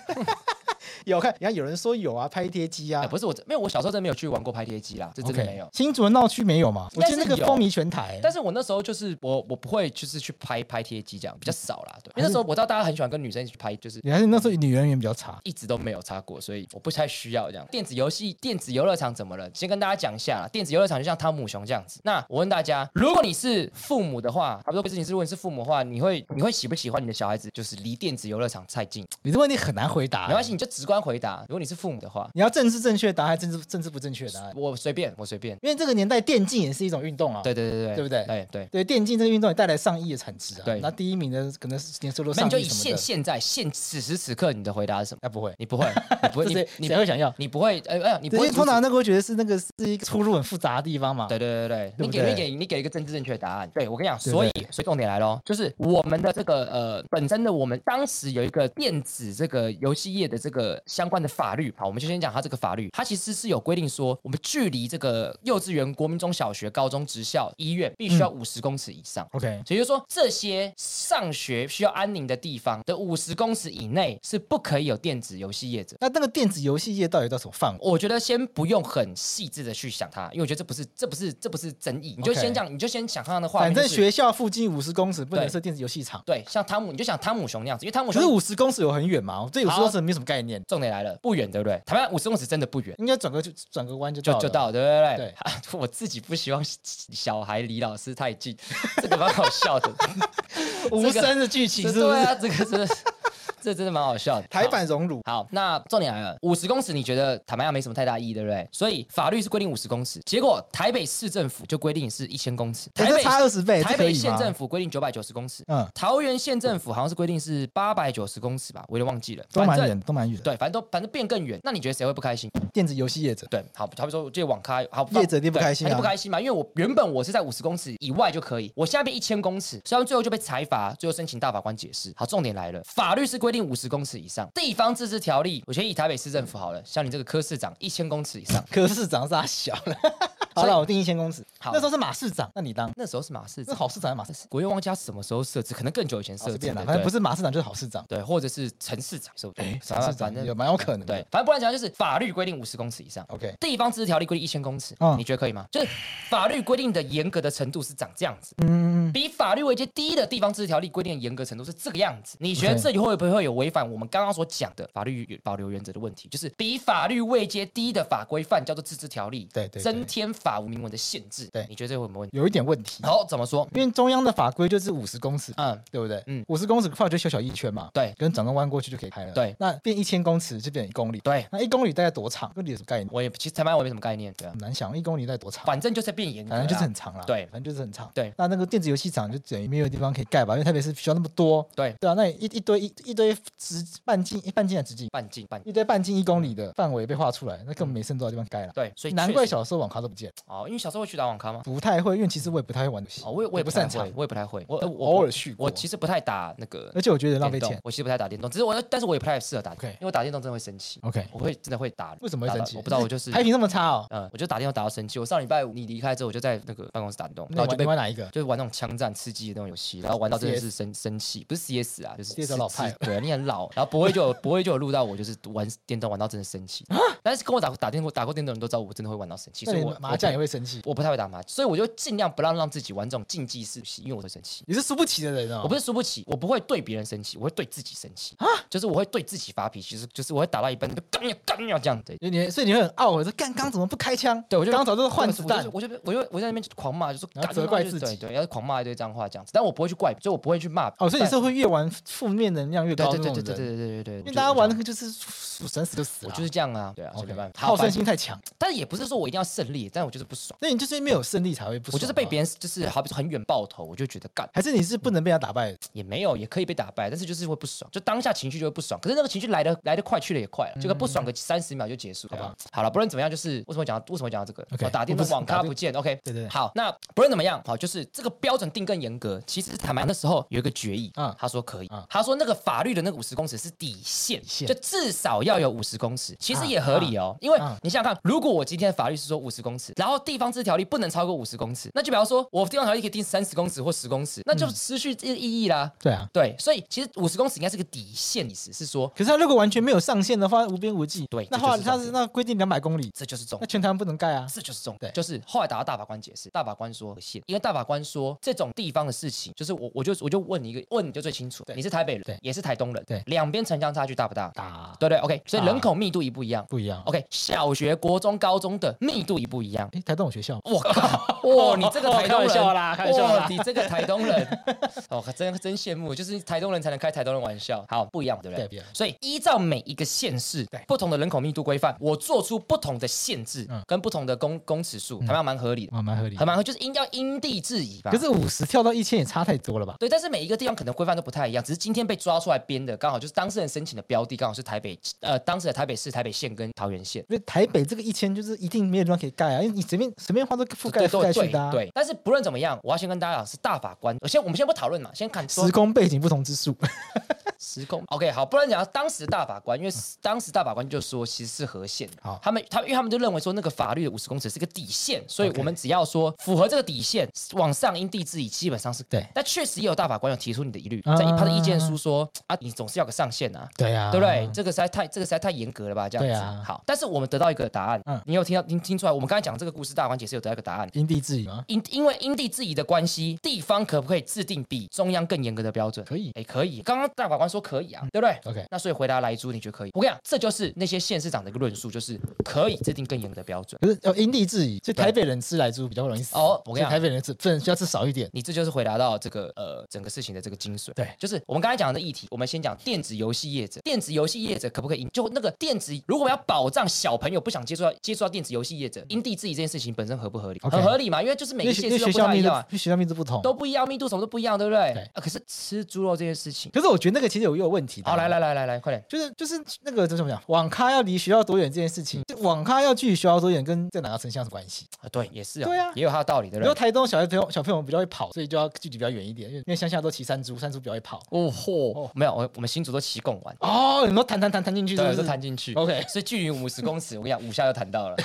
Speaker 3: 有看，你看有人说有啊，拍贴机啊
Speaker 2: 哎，，不是我真，没有，我小时候真的没有去玩过拍贴机啦，这真的没有。
Speaker 3: 新竹的闹区没有吗？我
Speaker 2: 应该
Speaker 3: 记
Speaker 2: 是
Speaker 3: 得那个风靡全台。
Speaker 2: 但是我那时候就是我，我不会就是去拍拍贴机这样，比较少啦。对，因为那时候我知道大家很喜欢跟女生一起去拍，就是
Speaker 3: 你还是那时候女人缘比较差。
Speaker 2: 一直都没有擦过，所以我不太需要这样。电子游戏、电子游乐场怎么了？先跟大家讲一下啦，电子游乐场就像汤姆熊这样子。那我问大家，如果你是父母的话，差不多不是你是如果你是父母的话，你会你会喜不喜欢你的小孩子就是离电子游乐场太近？
Speaker 3: 你这问题很难回答。啊
Speaker 2: 没关系，你就直观回答，如果你是父母的话，
Speaker 3: 你要政治正确答案，还是政治政治不正确答案？
Speaker 2: 我随便，我随便。
Speaker 3: 因为这个年代电竞也是一种运动啊，
Speaker 2: 对对对对，
Speaker 3: 对不对
Speaker 2: 对对。
Speaker 3: 对电竞这个运动也带来上亿的产值啊。
Speaker 2: 对
Speaker 3: 那第一名的可能是年收入
Speaker 2: 那
Speaker 3: 上
Speaker 2: 你就
Speaker 3: 亿
Speaker 2: 以
Speaker 3: 什么
Speaker 2: 现
Speaker 3: 的。啊
Speaker 2: 现在现此时此刻你的回答是什么？
Speaker 3: 那不会，
Speaker 2: 你不会，你
Speaker 3: [LAUGHS]
Speaker 2: 不会，
Speaker 3: 这
Speaker 2: 你
Speaker 3: 谁
Speaker 2: 你
Speaker 3: 谁
Speaker 2: 不
Speaker 3: 会想要？
Speaker 2: 你不会，哎哎，你不
Speaker 3: 因
Speaker 2: 会
Speaker 3: 为
Speaker 2: 阻
Speaker 3: 通常
Speaker 2: 止。
Speaker 3: 那个会觉得是那个是一个出入很复杂的地方嘛。
Speaker 2: 对对对对，
Speaker 3: 对
Speaker 2: 你
Speaker 3: 不
Speaker 2: 给你
Speaker 3: 对
Speaker 2: 给你给一个政治正确的答案。对我跟你讲，
Speaker 3: 对
Speaker 2: 所以所以重点来喽，就是我们的这个呃本身的我们当时有一个电子这个游戏业的这个相关的法律，好，我们就先讲它这个法律，它其实是有规定说，我们距离这个幼稚园、国民中小学、高中、职校、医院必须
Speaker 3: 嗯
Speaker 2: 要五十公尺以上。
Speaker 3: OK，
Speaker 2: 也就是说，这些上学需要安宁的地方的五十公尺以内是不可以有电子游戏业者。
Speaker 3: 那那个电子游戏业到底到什么范围？
Speaker 2: 我觉得先不用很细致的去想它，因为我觉得这不是这不是这不是争议，你就
Speaker 3: OK
Speaker 2: 先讲，你就先想看它的画
Speaker 3: 反
Speaker 2: 面就
Speaker 3: 正
Speaker 2: 是。
Speaker 3: 学校附近五十公尺不能
Speaker 2: 对
Speaker 3: 设电子游戏场，
Speaker 2: 对，像汤姆，你就想汤姆熊那样子，因为汤姆
Speaker 3: 可是
Speaker 2: 熊
Speaker 3: 五十公尺有很远嘛？我对五十
Speaker 2: 好
Speaker 3: 公尺没什么概念，
Speaker 2: 重点来了，不远对不对？台湾五十公尺真的不远。
Speaker 3: 应该转个就转个弯就
Speaker 2: 就
Speaker 3: 到
Speaker 2: 就
Speaker 3: 了
Speaker 2: 到了，对不
Speaker 3: 对
Speaker 2: 对？对 [LAUGHS] 我自己不希望小孩离老师太近，这个蛮好
Speaker 3: [LAUGHS]
Speaker 2: 笑的。
Speaker 3: 无声的剧情，
Speaker 2: 这
Speaker 3: 是不
Speaker 2: 对
Speaker 3: 是？
Speaker 2: 啊，这个真的，这真的蛮好笑的。
Speaker 3: 台
Speaker 2: 好
Speaker 3: 版荣辱，
Speaker 2: 好，那重点来了，五十公尺你觉得坦白讲没什么太大意义，对不对？所以法律是规定五十公尺，结果台北市政府就规定是一千公尺，
Speaker 3: 哎
Speaker 2: 台北
Speaker 3: 这差二十倍，
Speaker 2: 台
Speaker 3: 这可以
Speaker 2: 北
Speaker 3: 吗
Speaker 2: 县政府规定九百九十公尺，
Speaker 3: 嗯，
Speaker 2: 桃园县政府好像是规定是八百九十公尺吧，我有点忘记了，
Speaker 3: 都
Speaker 2: 反
Speaker 3: 蛮
Speaker 2: 正
Speaker 3: 远，都蛮远。
Speaker 2: 对，反正都反正变更远，那你觉得谁会不开心？
Speaker 3: 电子游戏业者，
Speaker 2: 对，好，好比说，这网咖好，
Speaker 3: 业者一定不
Speaker 2: 对
Speaker 3: 开心啊
Speaker 2: 他就不开心嘛，因为我原本我是在五十公尺以外就可以，我现在变一千公尺，所以他们最后就被裁罚，最后申请大法官解释。好，重点来了，法律是规定五十公尺以上，地方自治条例，我觉得以台北市政府好了，像你这个柯市长一千公尺以上，
Speaker 3: 可是市长是他小了。 [LAUGHS] 好了，我定一千公尺。
Speaker 2: 好
Speaker 3: 那时候是马市长，那你当
Speaker 2: 那时候是马市
Speaker 3: 是
Speaker 2: 长，
Speaker 3: 好市长还是马市
Speaker 2: 这是我又忘记他什么时候设置，可能更久以前
Speaker 3: 长？
Speaker 2: 设
Speaker 3: 随
Speaker 2: 置
Speaker 3: 便
Speaker 2: 的，
Speaker 3: 啦，反正不
Speaker 2: 是
Speaker 3: 是马市长就是好市长，
Speaker 2: 对，或者是陈市长，是不是？
Speaker 3: 马市
Speaker 2: 反
Speaker 3: 长
Speaker 2: 正
Speaker 3: 有蛮有可能的。啊
Speaker 2: 对，反正不然讲就是法律规定五十公尺以上。
Speaker 3: ，OK，
Speaker 2: 地方自治条例规定一千公尺，
Speaker 3: 嗯
Speaker 2: 你觉得可以吗？就是法律规定的严格的程度是长这样子，
Speaker 3: 嗯，
Speaker 2: 比法律位阶低的地方自治条例规定的严格程度是这个样子。你觉得
Speaker 3: OK
Speaker 2: 这里会不会有违反我们刚刚所讲的法律保留原则的问题？就是比法律位阶低的法规范叫做自治条例，
Speaker 3: 对对对
Speaker 2: 增添法无明文的限制。
Speaker 3: 对
Speaker 2: 你觉得这会有没有问题？
Speaker 3: 有一点问题，
Speaker 2: 好，怎么说？
Speaker 3: 因为中央的法规就是五十公尺，
Speaker 2: 嗯，
Speaker 3: 对不对？嗯
Speaker 2: 嗯，
Speaker 3: 五十公尺快就小小一圈嘛，
Speaker 2: 对
Speaker 3: 跟掌中弯过去就可以开了。
Speaker 2: 对
Speaker 3: 那变一千公尺就变一公里，
Speaker 2: 对，
Speaker 3: 那一公里大概多长？一公里有什么概念？
Speaker 2: 我也其实台湾我也没什么概念，对啊
Speaker 3: 很，难想，一公里大概多长？
Speaker 2: 反正就是变严格
Speaker 3: 反
Speaker 2: 啦，
Speaker 3: 正就是很长啦，
Speaker 2: 对
Speaker 3: 反正就是很长。
Speaker 2: 对
Speaker 3: 那那个电子游戏厂就等于没有地方可以盖吧，因为特别是学校那么多，
Speaker 2: 对
Speaker 3: 对啊，那一一堆一一堆直半径半径的直径，
Speaker 2: 半径半径。
Speaker 3: 一堆半径一公里的范围被画出来，那根本没剩多少地方盖了。
Speaker 2: 嗯对，所以
Speaker 3: 难怪
Speaker 2: 确实
Speaker 3: 小时候网咖都不见，
Speaker 2: 哦，因为小时候会去打网咖吗？
Speaker 3: 不太会，因为其实我也不太会玩游戏，
Speaker 2: 哦，我也我也
Speaker 3: 不
Speaker 2: 不
Speaker 3: 擅
Speaker 2: 太
Speaker 3: 长
Speaker 2: 会，，我也不太会，我我
Speaker 3: 偶尔去过
Speaker 2: 我其实不太打那个
Speaker 3: 而且我觉得浪费
Speaker 2: 电
Speaker 3: 钱
Speaker 2: 动。我其实不太打电动，只是我，但是我也不太适合打
Speaker 3: OK
Speaker 2: 因为我打电动真的会生气，
Speaker 3: OK，
Speaker 2: 我会真的会打。
Speaker 3: 为什么会
Speaker 2: 打
Speaker 3: 生
Speaker 2: 到
Speaker 3: 气？
Speaker 2: 我不知道，我
Speaker 3: [LAUGHS]
Speaker 2: 就是
Speaker 3: 排，品那么差哦，
Speaker 2: 嗯，我就打电动打到生气。我上礼拜五你离开之后，我就在那个办公室打电动，然
Speaker 3: 那我
Speaker 2: 后就
Speaker 3: 你
Speaker 2: 被
Speaker 3: 玩哪一个？哦
Speaker 2: 就是玩那种枪战刺激的那种游戏，然后玩到真的
Speaker 3: CS
Speaker 2: 是生生气，不是 CS 啊，就是
Speaker 3: CS 老派
Speaker 2: 是对，你很老。然后不会就有不会就有录到我就是玩电动玩到真的生气，但是跟我打过打电过打过电动的人都知道我真的会玩到生气，
Speaker 3: 啊那
Speaker 2: 所以
Speaker 3: 你
Speaker 2: 我
Speaker 3: 麻将也会生气，
Speaker 2: 我不太会打麻将，所以我就尽量不让让自己玩这种竞技式游戏，因为我会生气。
Speaker 3: 你是输不起的人哦。
Speaker 2: 我不是输不起，我不会对别人生气，我会对自己生气就是我会对自己发脾气，就是就是我会打到一半就干呀干呀这样对。
Speaker 3: 你你所以你会很懊悔，说干刚怎么不开枪？
Speaker 2: 对，我就
Speaker 3: 刚早就是换子弹，
Speaker 2: 我就我就我就我在那边就狂骂，就说
Speaker 3: 然后
Speaker 2: 干
Speaker 3: 责怪
Speaker 2: 就是
Speaker 3: 自己
Speaker 2: 对对，要狂骂一堆脏话这样子，但我不会去怪，就我不会去骂。
Speaker 3: 哦，所以你
Speaker 2: 但
Speaker 3: 是会越玩负面能量越
Speaker 2: 对
Speaker 3: 高
Speaker 2: 对
Speaker 3: 那
Speaker 2: 对
Speaker 3: 种
Speaker 2: 对对
Speaker 3: 人，
Speaker 2: 对对对对，
Speaker 3: 因为大家玩那
Speaker 2: 我
Speaker 3: 个就是数神死就死
Speaker 2: 就
Speaker 3: 了
Speaker 2: 我就。是这样啊，对啊，所以
Speaker 3: OK，
Speaker 2: 没办法，
Speaker 3: 好
Speaker 2: 反
Speaker 3: 胜心太强，
Speaker 2: 但是也不是说我一定要胜利，但我就是不爽，
Speaker 3: 那你就是因为有胜利才会不爽。
Speaker 2: 我就是被别，人就是好比说很远爆头，我就觉得干
Speaker 3: 还是你是不能被他打败的。
Speaker 2: 也没有，也可以被打败，但是就是会不爽，就当下情绪就会不爽。可是那个情绪来的来的快，去的也快了，这个不
Speaker 3: 嗯
Speaker 2: 爽个三十秒就结束，好不好？好了，不论怎么样，就是为什么讲到为什么讲到这个
Speaker 3: 啊 OK，
Speaker 2: 哦打电
Speaker 3: 我不
Speaker 2: 动
Speaker 3: 是
Speaker 2: 网
Speaker 3: 打
Speaker 2: 咖
Speaker 3: 电
Speaker 2: 不见，OK，
Speaker 3: 对对对
Speaker 2: 好，那不论怎么样，好，就是这个标准定更严格。其实坦白那时候有一个决议，
Speaker 3: 嗯
Speaker 2: 啊，他说可以
Speaker 3: 嗯，
Speaker 2: 他说那个法律的那个五十公尺是底线
Speaker 3: 线，
Speaker 2: 就至少要有五十公尺，其实
Speaker 3: 嗯
Speaker 2: 也合理哦，因为
Speaker 3: 嗯
Speaker 2: 你想想看，如果我今天的法律是说五十公尺，然后地方自治条例不能超过五十公尺，那就比方说我地方条例可以定三十公尺或十公尺，那就失去这个意义啦。
Speaker 3: 对啊，
Speaker 2: 对，所以其实五十公尺应该是个底线，意思是说
Speaker 3: 可是他如果完全没有上限的话，无边无际。
Speaker 2: 对
Speaker 3: 那
Speaker 2: 这就
Speaker 3: 话
Speaker 2: 是
Speaker 3: 他
Speaker 2: 重
Speaker 3: 是
Speaker 2: 点
Speaker 3: 那规定两百公里，
Speaker 2: 这就是重
Speaker 3: 那，全台湾不能盖啊。
Speaker 2: 这就是重
Speaker 3: 对，
Speaker 2: 就是后来打到大法官解释，大法官说线，因为大法官说这种地方的事情，就是我我就我就问你一个问你就最清楚
Speaker 3: 对，
Speaker 2: 你是台北人
Speaker 3: 对，
Speaker 2: 也是台东人，
Speaker 3: 对
Speaker 2: 两边城乡差距大不大？
Speaker 3: 打
Speaker 2: 对不对，OK，所以
Speaker 3: 大
Speaker 2: 人口密度一不一样
Speaker 3: 不一样。
Speaker 2: ？OK，小学、国中、高中的密度一不一样？
Speaker 3: 哎，台东有学校吗，
Speaker 2: 我靠！哇，哦你这个台东
Speaker 1: 开
Speaker 2: 人，哦
Speaker 1: 玩笑啦开玩笑啦
Speaker 2: 哇你这个台东人， [LAUGHS] 哦，真真羡慕，就是台东人才能开台东人玩笑。好，不一样，对不对？
Speaker 3: 对不一样
Speaker 2: 所以依照每一个县市
Speaker 3: 对
Speaker 2: 不同的人口密度规范，我做出不同的限制
Speaker 3: 嗯
Speaker 2: 跟不同的公公尺数，好像蛮合理的，
Speaker 3: 啊，蛮合理
Speaker 2: 还
Speaker 3: 的。
Speaker 2: 蛮合，就是因要因地制宜吧。
Speaker 3: 可是五十跳到一千也差太多了吧？
Speaker 2: 对，但是每一个地方可能规范都不太一样，只是今天被抓出来编的，刚好就是当事人申请的标的，刚好是台北，呃，当时的台北市、台北县跟桃园县。
Speaker 3: 因为台北这个一千就是一定没有地方可以盖啊，因为你随便随便画都覆盖
Speaker 2: 对
Speaker 3: 覆
Speaker 2: 对
Speaker 3: 盖
Speaker 2: 对
Speaker 3: 去的、啊。，
Speaker 2: 对，但是不论怎么样，我要先跟大家讲，是大法官。我先我们先不讨论嘛，先看说
Speaker 3: 时空背景不同之数，
Speaker 2: 时空 OK，好，不然讲到当时大法官，因为当时大法官就说其实是合宪的
Speaker 3: 好，
Speaker 2: 他们他因为他们就认为说那个法律的五十公尺是个底线，所以
Speaker 3: OK
Speaker 2: 我们只要说符合这个底线，往上因地制宜，基本上是
Speaker 3: 对
Speaker 2: 但确实也有大法官有提出你的疑虑，
Speaker 3: 啊
Speaker 2: 在他的意见书说啊，你总是要有个上限啊。
Speaker 3: [LAUGHS] 对啊
Speaker 2: 对不对？？这个实在太这个实在太严格了吧？这样子、
Speaker 3: 对啊
Speaker 2: 好，但是我们得到一个答案。
Speaker 3: 嗯
Speaker 2: 你有听到？您听出来？我们刚才讲这个故事大环节是有得到一个答案。
Speaker 3: 因地制宜吗？
Speaker 2: 因因为因地制宜的关系，地方可不可以制定比中央更严格的标准？
Speaker 3: 可以
Speaker 2: 哎，可以。刚刚大法官说可以啊，对不对？
Speaker 3: ，OK，
Speaker 2: 那所以回答来猪，你觉得可以？我跟你讲，这就是那些县市长的一个论述，就是可以制定更严格的标准。
Speaker 3: 可是哦要因地制宜，所以台北人吃来猪比较容易死。
Speaker 2: 哦我跟
Speaker 3: 所
Speaker 2: 你
Speaker 3: 以
Speaker 2: 讲
Speaker 3: 台北人吃不能需要吃少一点。
Speaker 2: 你这就是回答到这个呃整个事情的这个精髓。
Speaker 3: 对
Speaker 2: 就是我们刚才讲的议题，我们先讲电子游戏业者，电子游戏业者可不可以赢？就那个电子，如果我们要保障小朋友不想接触到接触到电子游戏业者，因地制宜这件事情本身合不合理？
Speaker 3: OK
Speaker 2: 很合理嘛，因为就是每
Speaker 3: 因为
Speaker 2: 个
Speaker 3: 学
Speaker 2: 县
Speaker 3: 因为
Speaker 2: 市
Speaker 3: 学
Speaker 2: 都不
Speaker 3: 校
Speaker 2: 太
Speaker 3: 密
Speaker 2: 一
Speaker 3: 度
Speaker 2: 样啊，
Speaker 3: 学校密度不同，
Speaker 2: 都不一样，密度什么都不一样，对不对？
Speaker 3: 哦对
Speaker 2: 啊，可是吃猪肉这件事情，
Speaker 3: 可是我觉得那个其实有也有问题的。啊
Speaker 2: 好，来来来来来，快点。
Speaker 3: 就是就是那个怎么讲，网咖要离学校多远这件事
Speaker 2: 嗯
Speaker 3: 情，就网咖要距离学校多远，跟在哪个城乡有关系。
Speaker 2: 啊，对，也是、啊，
Speaker 3: 对啊
Speaker 2: 也有它的道理的
Speaker 3: 然后
Speaker 2: 人。
Speaker 3: 台东小孩朋友小朋友比较会跑，所以就要距离比较远一点，因为因为乡下都骑山猪，山猪比较会跑。
Speaker 2: 哦嚯，没有，我我们新竹都骑贡丸，
Speaker 3: 哦，你都弹弹弹弹进去，是
Speaker 2: 对，
Speaker 3: 不
Speaker 2: 都
Speaker 3: 是？
Speaker 2: 弹进去。
Speaker 3: OK
Speaker 2: 所以距离五十公尺，我跟你讲，五下就弹到
Speaker 3: [LAUGHS]
Speaker 2: 了，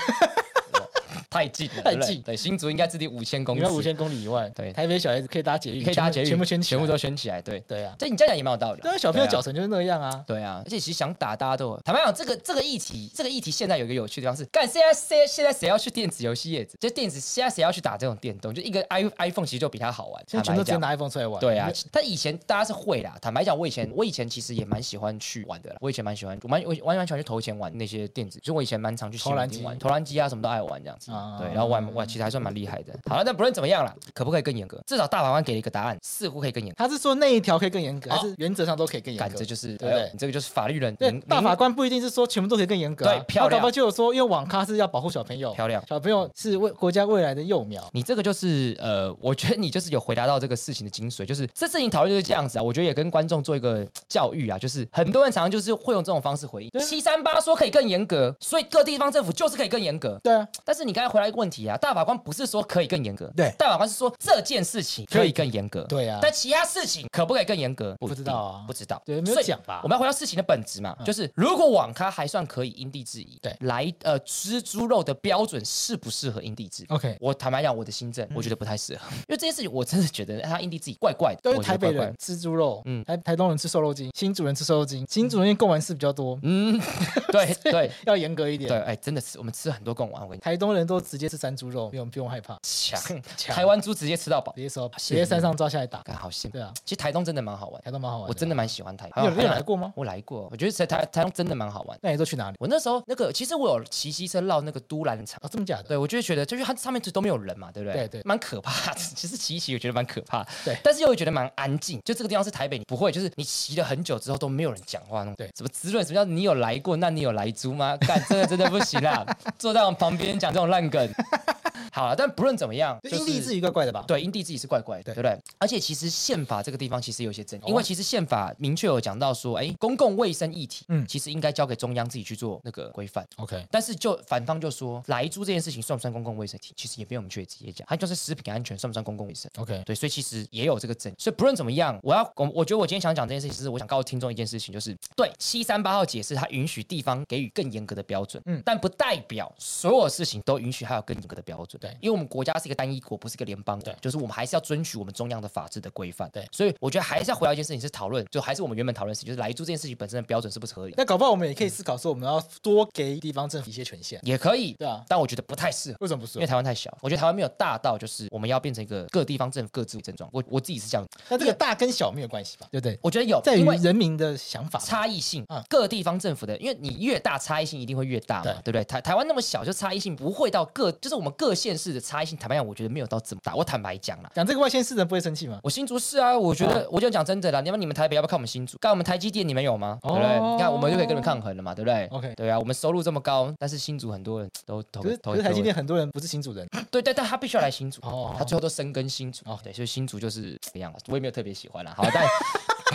Speaker 2: 太近
Speaker 3: 太
Speaker 2: 了，对不对
Speaker 3: 近
Speaker 2: 对，新竹应该制定五千公
Speaker 3: 你
Speaker 2: 尺，
Speaker 3: 要五千公里以外，
Speaker 2: 对
Speaker 3: 台北小孩子可以搭捷运，
Speaker 2: 可以搭
Speaker 3: 全
Speaker 2: 捷
Speaker 3: 部全部圈
Speaker 2: 运，
Speaker 3: 起来
Speaker 2: 全部都圈起来，对。
Speaker 3: 对啊。
Speaker 2: 这你这样讲也蛮有道理的。
Speaker 3: 对啊，小朋友
Speaker 2: 对
Speaker 3: 脚程就是那样啊。
Speaker 2: 对啊，而且其实想打大家都有。坦白讲，这个这个议题，这个议题现在有一个有趣的地方是，干现在现在现在谁要去电子游戏业子？就电子现在谁要去打这种电动？就一个 i iPhone 其实就比它好玩。
Speaker 3: 现在全
Speaker 2: 坦白
Speaker 3: 都直接
Speaker 2: 讲
Speaker 3: 拿 iPhone 出来玩。
Speaker 2: 对啊
Speaker 3: 因为，
Speaker 2: 但以前大家是会啦。坦白讲，我以前我以前其实也蛮喜欢去玩的啦。我以前蛮喜欢，我蛮我我蛮喜欢去投钱玩那些电子，所以我以前蛮常去西门町玩投篮机啊，什么都爱玩这样子。
Speaker 3: 啊
Speaker 2: 对，然后玩玩其实还算蛮厉害的。好了，但不论怎么样啦，可不可以更严格？至少大法官给了一个答案，似乎可以更严格。
Speaker 3: 他是说那一条可以更严格，
Speaker 2: 哦
Speaker 3: 还是原则上都可以更严
Speaker 2: 感
Speaker 3: 格
Speaker 2: 觉？就是，
Speaker 3: 对不对
Speaker 2: 哎呦你这个就是法律人
Speaker 3: 对
Speaker 2: 明，
Speaker 3: 大
Speaker 2: 明
Speaker 3: 法官不一定是说全部都可以更严格啊。
Speaker 2: 对漂亮
Speaker 3: 他搞不好就有说，因为网咖是要保护小朋友，
Speaker 2: 漂亮
Speaker 3: 小朋友是为国家未来的幼苗。
Speaker 2: 你这个就是呃，我觉得你就是有回答到这个事情的精髓，就是这事情讨论就是这样子啊。我觉得也跟观众做一个教育啊，就是很多人常常就是会用这种方式回应。
Speaker 3: 对啊
Speaker 2: 七三八说可以更严格，所以各地方政府就是可以更严格。
Speaker 3: 对啊，
Speaker 2: 但是你刚才回答一个问题啊，大法官不是说可以更严格，
Speaker 3: 对
Speaker 2: 大法官是说这件事情可以更严格，
Speaker 3: 对啊
Speaker 2: 但其他事情可不可以更严格？不一定
Speaker 3: 知道啊
Speaker 2: 不知道，
Speaker 3: 对没有
Speaker 2: 所以
Speaker 3: 讲吧嗯
Speaker 2: 我们要回到事情的本质嘛，就是如果网咖还算可以因地制宜，
Speaker 3: 对
Speaker 2: 来呃吃猪肉的标准适不适合因地制宜
Speaker 3: OK
Speaker 2: 我坦白讲，我的新政我觉得不太适合， [LAUGHS] 因为这件事情我真的觉得他因地制宜怪怪的，
Speaker 3: 嗯都是
Speaker 2: 我觉
Speaker 3: 台
Speaker 2: 得
Speaker 3: 北
Speaker 2: 怪怪
Speaker 3: 人
Speaker 2: 的。
Speaker 3: 吃猪肉，
Speaker 2: 嗯
Speaker 3: 台台东人吃瘦肉精，新竹人吃瘦肉精，新竹人因为贡丸吃比较多，
Speaker 2: 嗯，
Speaker 3: [LAUGHS]
Speaker 2: 对对
Speaker 3: 要严格一
Speaker 2: 对，
Speaker 3: 点。
Speaker 2: 哎，真的是我们吃很多贡丸，我跟你
Speaker 3: 台东人都直接吃山猪肉，不用不用害怕，
Speaker 2: 讲，
Speaker 3: 强
Speaker 2: 台湾猪直接吃到饱
Speaker 3: 直，接说
Speaker 2: 羡慕
Speaker 3: 直接山上抓下来打。
Speaker 2: 干好羡慕
Speaker 3: 对啊，
Speaker 2: 其实台东真的蛮好玩的
Speaker 3: 台。东蛮好玩的，
Speaker 2: 我真的蛮喜欢台
Speaker 3: 你
Speaker 2: 湾。
Speaker 3: 有你有来过吗？
Speaker 2: 我来过，我觉得台台台东真的蛮好玩。
Speaker 3: 那你都去哪里？
Speaker 2: 我那时候那个，其实我有骑机车绕那个都兰场。
Speaker 3: 啊，这么假的？
Speaker 2: 对，我就会觉得，就是它上面就都没有人嘛，对不对？
Speaker 3: 对对
Speaker 2: 蛮可怕的。 [LAUGHS] 其实骑一骑，我觉得蛮可怕。
Speaker 3: 对
Speaker 2: 但是又觉得蛮安静。就这个地方是台北，你不会，就是你骑了很久之后都没有人讲话那种。
Speaker 3: 对
Speaker 2: 什么滋润？什么叫你有来过？那你有来
Speaker 3: [LAUGHS]
Speaker 2: 租吗？干，真的真的不行啦！坐在我旁边讲这种烂
Speaker 3: [LAUGHS]
Speaker 2: 梗。好了，但不论怎么样，
Speaker 3: 就因
Speaker 2: 是
Speaker 3: 地制宜怪怪的吧？
Speaker 2: 对，因地制宜是怪怪的，对
Speaker 3: 对
Speaker 2: 不对？而且其实宪法这个地方其实有一些争议，
Speaker 3: 哦
Speaker 2: 因为其实宪法明确有讲到说，哎，公共卫生议题，嗯，
Speaker 3: 嗯
Speaker 2: 其实应该交给中央自己去做那个规范。
Speaker 3: ，OK，
Speaker 2: 但是就反方就说，来租这件事情算不算公共卫生议题？其实也没有明确直接讲，它就是食品安全算不算公共卫生？
Speaker 3: OK，
Speaker 2: 对，所以其实也有这个争议。所以不论怎么样，我要我我觉得我今天想讲这件事情，是我想告诉听众一件事情，就是对七三八号解释，它允许地方给予更严格的标准，嗯
Speaker 3: 嗯，
Speaker 2: 但不代表所有事情都允许它有更严格的标准。
Speaker 3: 对
Speaker 2: 因为我们国家是一个单一国，不是一个联邦国
Speaker 3: 对，
Speaker 2: 就是我们还是要遵循我们中央的法制的规范。
Speaker 3: 对
Speaker 2: 所以我觉得还是要回到一件事情，是讨论，就还是我们原本讨论的事情，就是来租这件事情本身的标准是不是合理，
Speaker 3: 那搞不好我们也可以思考说，我们要多给地方政府一些权限。
Speaker 2: 也可以，
Speaker 3: 对啊
Speaker 2: 但我觉得不太适合。
Speaker 3: 为什么不是
Speaker 2: 因为？台湾太小，我觉得台湾没有大到就是我们要变成一个各地方政府各自为症状。我我自己是这样，
Speaker 3: 那这个大跟小没有关系吧？对不对？
Speaker 2: 我觉得有，
Speaker 3: 在于
Speaker 2: 因为
Speaker 3: 人民的想法。
Speaker 2: 差异性
Speaker 3: 嗯，
Speaker 2: 各地方政府的，因为你越大，差异性一定会越大嘛，对
Speaker 3: 对
Speaker 2: 不对？台台湾那么小，就差异性不会到各，就是我们各县市的差异性，坦白讲，我觉得没有到这么大。我坦白讲啦，
Speaker 3: 讲这个外县市人不会生气吗？
Speaker 2: 我新竹市啊，我觉
Speaker 3: 哦
Speaker 2: 得我就讲真的啦，你们你们台北要不要看我们新竹？看我们台积电，你们有吗？对不对？
Speaker 3: 哦
Speaker 2: 你看我们就可以跟人抗衡了嘛，对不对
Speaker 3: OK
Speaker 2: 对啊，我们收入这么高，但是新竹很多人都投
Speaker 3: 可是
Speaker 2: 投
Speaker 3: 可是台积电很多人不是新主人，
Speaker 2: 对，但但他必须要来新竹，
Speaker 3: 哦
Speaker 2: 他最后都深耕新竹。哦，对，所以新竹就是怎么样，啊我也没有特别喜欢啦。好，但 [LAUGHS]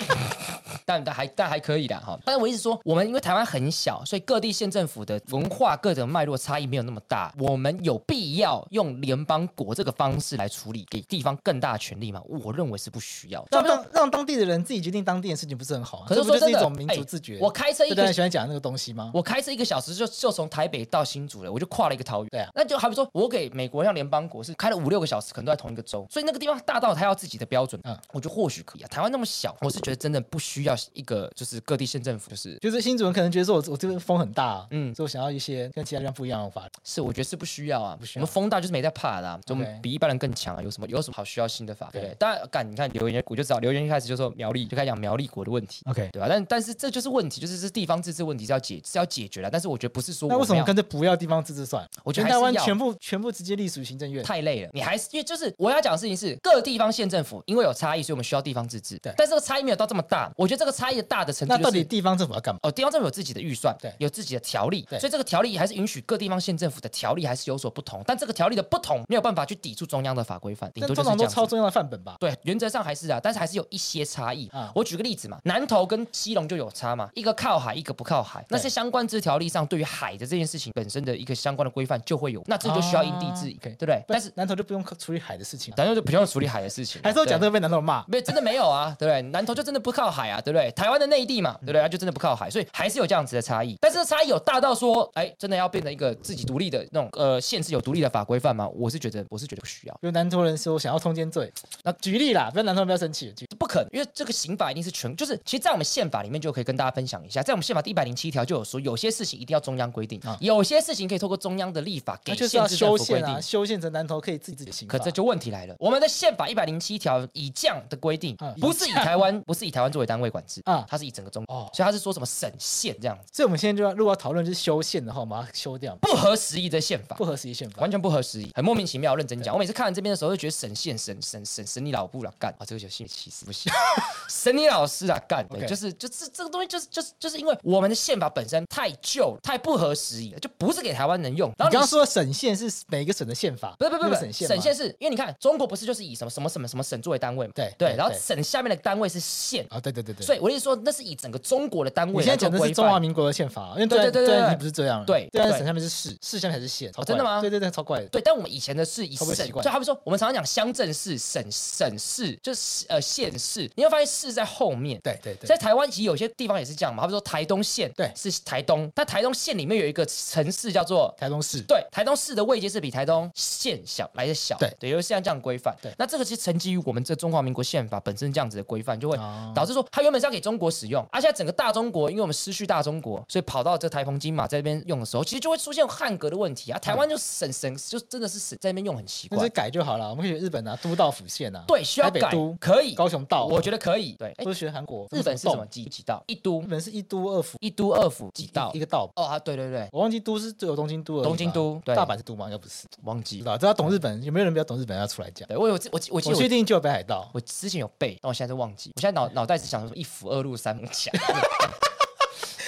Speaker 2: 但但还但还可以的哈。但是我一直说，我们因为台湾很小，所以各地县政府的文化各种脉络差异没有那么大。我们有必要用联邦国这个方式来处理给地方更大的权利吗？我认为是不需要的。
Speaker 3: 让当让当地的人自己决定当地的事情，不是很好吗？
Speaker 2: 可是
Speaker 3: 这不
Speaker 2: 说
Speaker 3: 就是一
Speaker 2: 真的，
Speaker 3: 种民
Speaker 2: 哎
Speaker 3: 族自觉？
Speaker 2: 我开车一
Speaker 3: 这
Speaker 2: 个
Speaker 3: 段喜欢讲那个东西吗？
Speaker 2: 我开车一个小时就就从台北到新竹了，我就跨了一个桃园。
Speaker 3: 对啊
Speaker 2: 那就好比说，我给美国像联邦国是开了五六个小时，可能都在同一个州，所以那个地方大到它要自己的标准。
Speaker 3: 嗯
Speaker 2: 嗯，我觉得或许可以啊。台湾那么小，我是觉得真的不需要一个就是各地县政府，就是
Speaker 3: 就是新主人可能觉得说我我这个风很大、嗯，
Speaker 2: 嗯
Speaker 3: 所以我想要一些跟其他地方不一样的法律。
Speaker 2: 是我觉得是不需要啊。
Speaker 3: 需
Speaker 2: 我
Speaker 3: 要
Speaker 2: 们风大就是没在怕的、啊，就我
Speaker 3: OK
Speaker 2: 们比一般人更强啊。有什么有什么好需要新的法？对不
Speaker 3: 对
Speaker 2: 对？当然，干你看留言我就知道，留言一开始就说苗栗，就开始讲苗栗国的问题。
Speaker 3: OK，
Speaker 2: 对吧、但但是这就是问题，就是是地方自治问题是要解是要解决的，但是我觉得不是说
Speaker 3: 那
Speaker 2: 我
Speaker 3: 为什
Speaker 2: 们
Speaker 3: 么
Speaker 2: 要
Speaker 3: 干脆不要地方自治算？
Speaker 2: 我觉
Speaker 3: 全
Speaker 2: 得
Speaker 3: 台湾
Speaker 2: 还是要
Speaker 3: 全部全部直接隶属行政院。
Speaker 2: 太累了，你还是因为就是我要讲的事情是各地方县政府因为有差异，所以我们需要地方自治。
Speaker 3: 对
Speaker 2: 但是这个差异没有到这么大，我觉得这个差异的大的程度、
Speaker 3: 那
Speaker 2: 就
Speaker 3: 到
Speaker 2: 是，
Speaker 3: 底地方政府要干嘛？
Speaker 2: 哦，地方政府有自己的预算，
Speaker 3: 对
Speaker 2: 有自己的条例，
Speaker 3: 对
Speaker 2: 所以这个条例还是允许各地方县政府的条例还是有所不同，但这个条例的不同没有办法去抵触中央的法规范，顶
Speaker 3: 但
Speaker 2: 多就
Speaker 3: 通常
Speaker 2: 是这
Speaker 3: 都
Speaker 2: 样子
Speaker 3: 超重要的范本吧。
Speaker 2: 对，原则上还是啊，但是还是有一些差异。
Speaker 3: 啊
Speaker 2: 我举个例子嘛，南投跟基隆就有差嘛，一个靠海，一个不靠海。那些相关之条例上，对于海的这件事情本身的一个相关的规范就会有，那这就需要因地制宜，
Speaker 3: 啊，OK
Speaker 2: 对不对？但是
Speaker 3: 南投就不用处理海的事情，啊
Speaker 2: 咱就不用处理海的事情了，
Speaker 3: 还是我讲这
Speaker 2: 对
Speaker 3: 个被南投骂。
Speaker 2: 没有真的没有啊，对不对？南投就真的不靠海啊，对不对？台湾的内地嘛，对不对？它就真的不靠海，所以还是有这样子的差异。但是这差异有大到说，哎，真的要变成一个自己独立的那种呃县市有独立的法规范吗？我是觉得我是觉得不需要，
Speaker 3: 有南投人说想要通奸罪，那举例啦，不要南投人不要生气。举
Speaker 2: 不可能，因为这个刑法一定是全，就是其实，在我们宪法里面就可以跟大家分享一下，在我们宪法第一百零七条就有说，有些事情一定要中央规定，
Speaker 3: 啊
Speaker 2: 有些事情可以透过中央的立法
Speaker 3: 那
Speaker 2: 给
Speaker 3: 就是要
Speaker 2: 县市
Speaker 3: 修
Speaker 2: 政府规
Speaker 3: 宪
Speaker 2: 定。
Speaker 3: 啊，修宪成南投可以自己自己的刑法。
Speaker 2: 可这就问题来了，我们的宪法一百零七条以降的规定
Speaker 3: 嗯，
Speaker 2: 不是以台湾不是以台湾作为单位管制
Speaker 3: 嗯
Speaker 2: 啊，它是以整个中
Speaker 3: 哦
Speaker 2: 国，所以它是说什么省县这样子，
Speaker 3: 所以我们现在就要如果要讨论就是修宪的话，我们要修掉
Speaker 2: 不合时宜的宪法
Speaker 3: 不。合时宜宪法
Speaker 2: 完。全不合时宜，很莫名其妙。认真讲，我每次看完这边的时候，就觉得省县省省省省你老布了，干啊，这个游戏气死不行， [LAUGHS] 省你老师啊，干，对
Speaker 3: OK
Speaker 2: 就是就是这个东西，就是就是就是因为我们的宪法本身太旧了，太不合时宜了，就不是给台湾人用。
Speaker 3: 你
Speaker 2: 然
Speaker 3: 刚
Speaker 2: 后你
Speaker 3: 刚说的省县是每个省的宪法，
Speaker 2: 不是不是
Speaker 3: 那
Speaker 2: 不
Speaker 3: 个
Speaker 2: 是
Speaker 3: 省县
Speaker 2: 省
Speaker 3: 吗
Speaker 2: 县是因为你看中国不是就是以什么什么什么什么省作为单位嘛？
Speaker 3: 对对
Speaker 2: 对，然后
Speaker 3: 对
Speaker 2: 省下面的单位是县，
Speaker 3: 啊，对对对对。
Speaker 2: 所以我的意思说那是以整个中国的单
Speaker 3: 你
Speaker 2: 位
Speaker 3: 现在
Speaker 2: 来
Speaker 3: 讲
Speaker 2: 做
Speaker 3: 的是
Speaker 2: 规
Speaker 3: 中华
Speaker 2: 范。
Speaker 3: 民国的宪法，因为
Speaker 2: 对
Speaker 3: 对
Speaker 2: 对对
Speaker 3: 对
Speaker 2: 对
Speaker 3: 已经不是这样了。
Speaker 2: 对
Speaker 3: 对岸
Speaker 2: 对哦
Speaker 3: 省下面是市，市下面才是县，超
Speaker 2: 真的
Speaker 3: 怪
Speaker 2: 吗
Speaker 3: 对对对，超怪的。
Speaker 2: 对，但我们以前的是以
Speaker 3: 会不会
Speaker 2: 省，
Speaker 3: 习惯
Speaker 2: 就好比说，我们常常讲乡镇市、省省市，就是呃县市，你会发现市在后面。
Speaker 3: 对对对
Speaker 2: 在，台湾其实有些地方也是这样嘛，好比说台东县，
Speaker 3: 对
Speaker 2: 是台东，但台东县里面有一个城市叫做。
Speaker 3: 台东市。
Speaker 2: 对，台东市的位阶是比台东县小来的小，
Speaker 3: 对
Speaker 2: 对，有像这样规范。
Speaker 3: 对
Speaker 2: 那这个其实承基于我们这中华民国宪法本身这样子的规范，就会
Speaker 3: 哦
Speaker 2: 导致说它原本是要给中国使用，而、啊现在整个大中国，因为我们失去大中国，所以跑到这台澎金马在这边用的时候，其实就会出现汉格的问题啊。台湾就省省，就真的是省在那边用很奇
Speaker 3: 那就
Speaker 2: 怪。
Speaker 3: 改就好了，我嗯们可以学日本啊，都道府县啊，
Speaker 2: 对，需要
Speaker 3: 台北
Speaker 2: 改
Speaker 3: 都，
Speaker 2: 可以，
Speaker 3: 高雄道，啊
Speaker 2: 我觉得可以。对，哎
Speaker 3: 不是学韩国，
Speaker 2: 日本是什么
Speaker 3: 洞？
Speaker 2: 几几道？一都
Speaker 3: 日，本是一都二府
Speaker 2: 一都二府几道
Speaker 3: 一？个道，
Speaker 2: 哦啊，对对对，
Speaker 3: 我忘记都是只有东京都而已吧，
Speaker 2: 东京都对
Speaker 3: 大阪是都吗？应该不是，
Speaker 2: 忘
Speaker 3: 不
Speaker 2: 记
Speaker 3: 知
Speaker 2: 了。
Speaker 3: 道。只要懂日本，有没有人比较懂日本要出来讲？
Speaker 2: 对我有我记我记
Speaker 3: 我
Speaker 2: 得
Speaker 3: 确
Speaker 2: 我
Speaker 3: 定就有北海道，
Speaker 2: 我之前有背，但我现在都忘记。我现在脑脑袋只想说什么一府二路三木甲， [LAUGHS]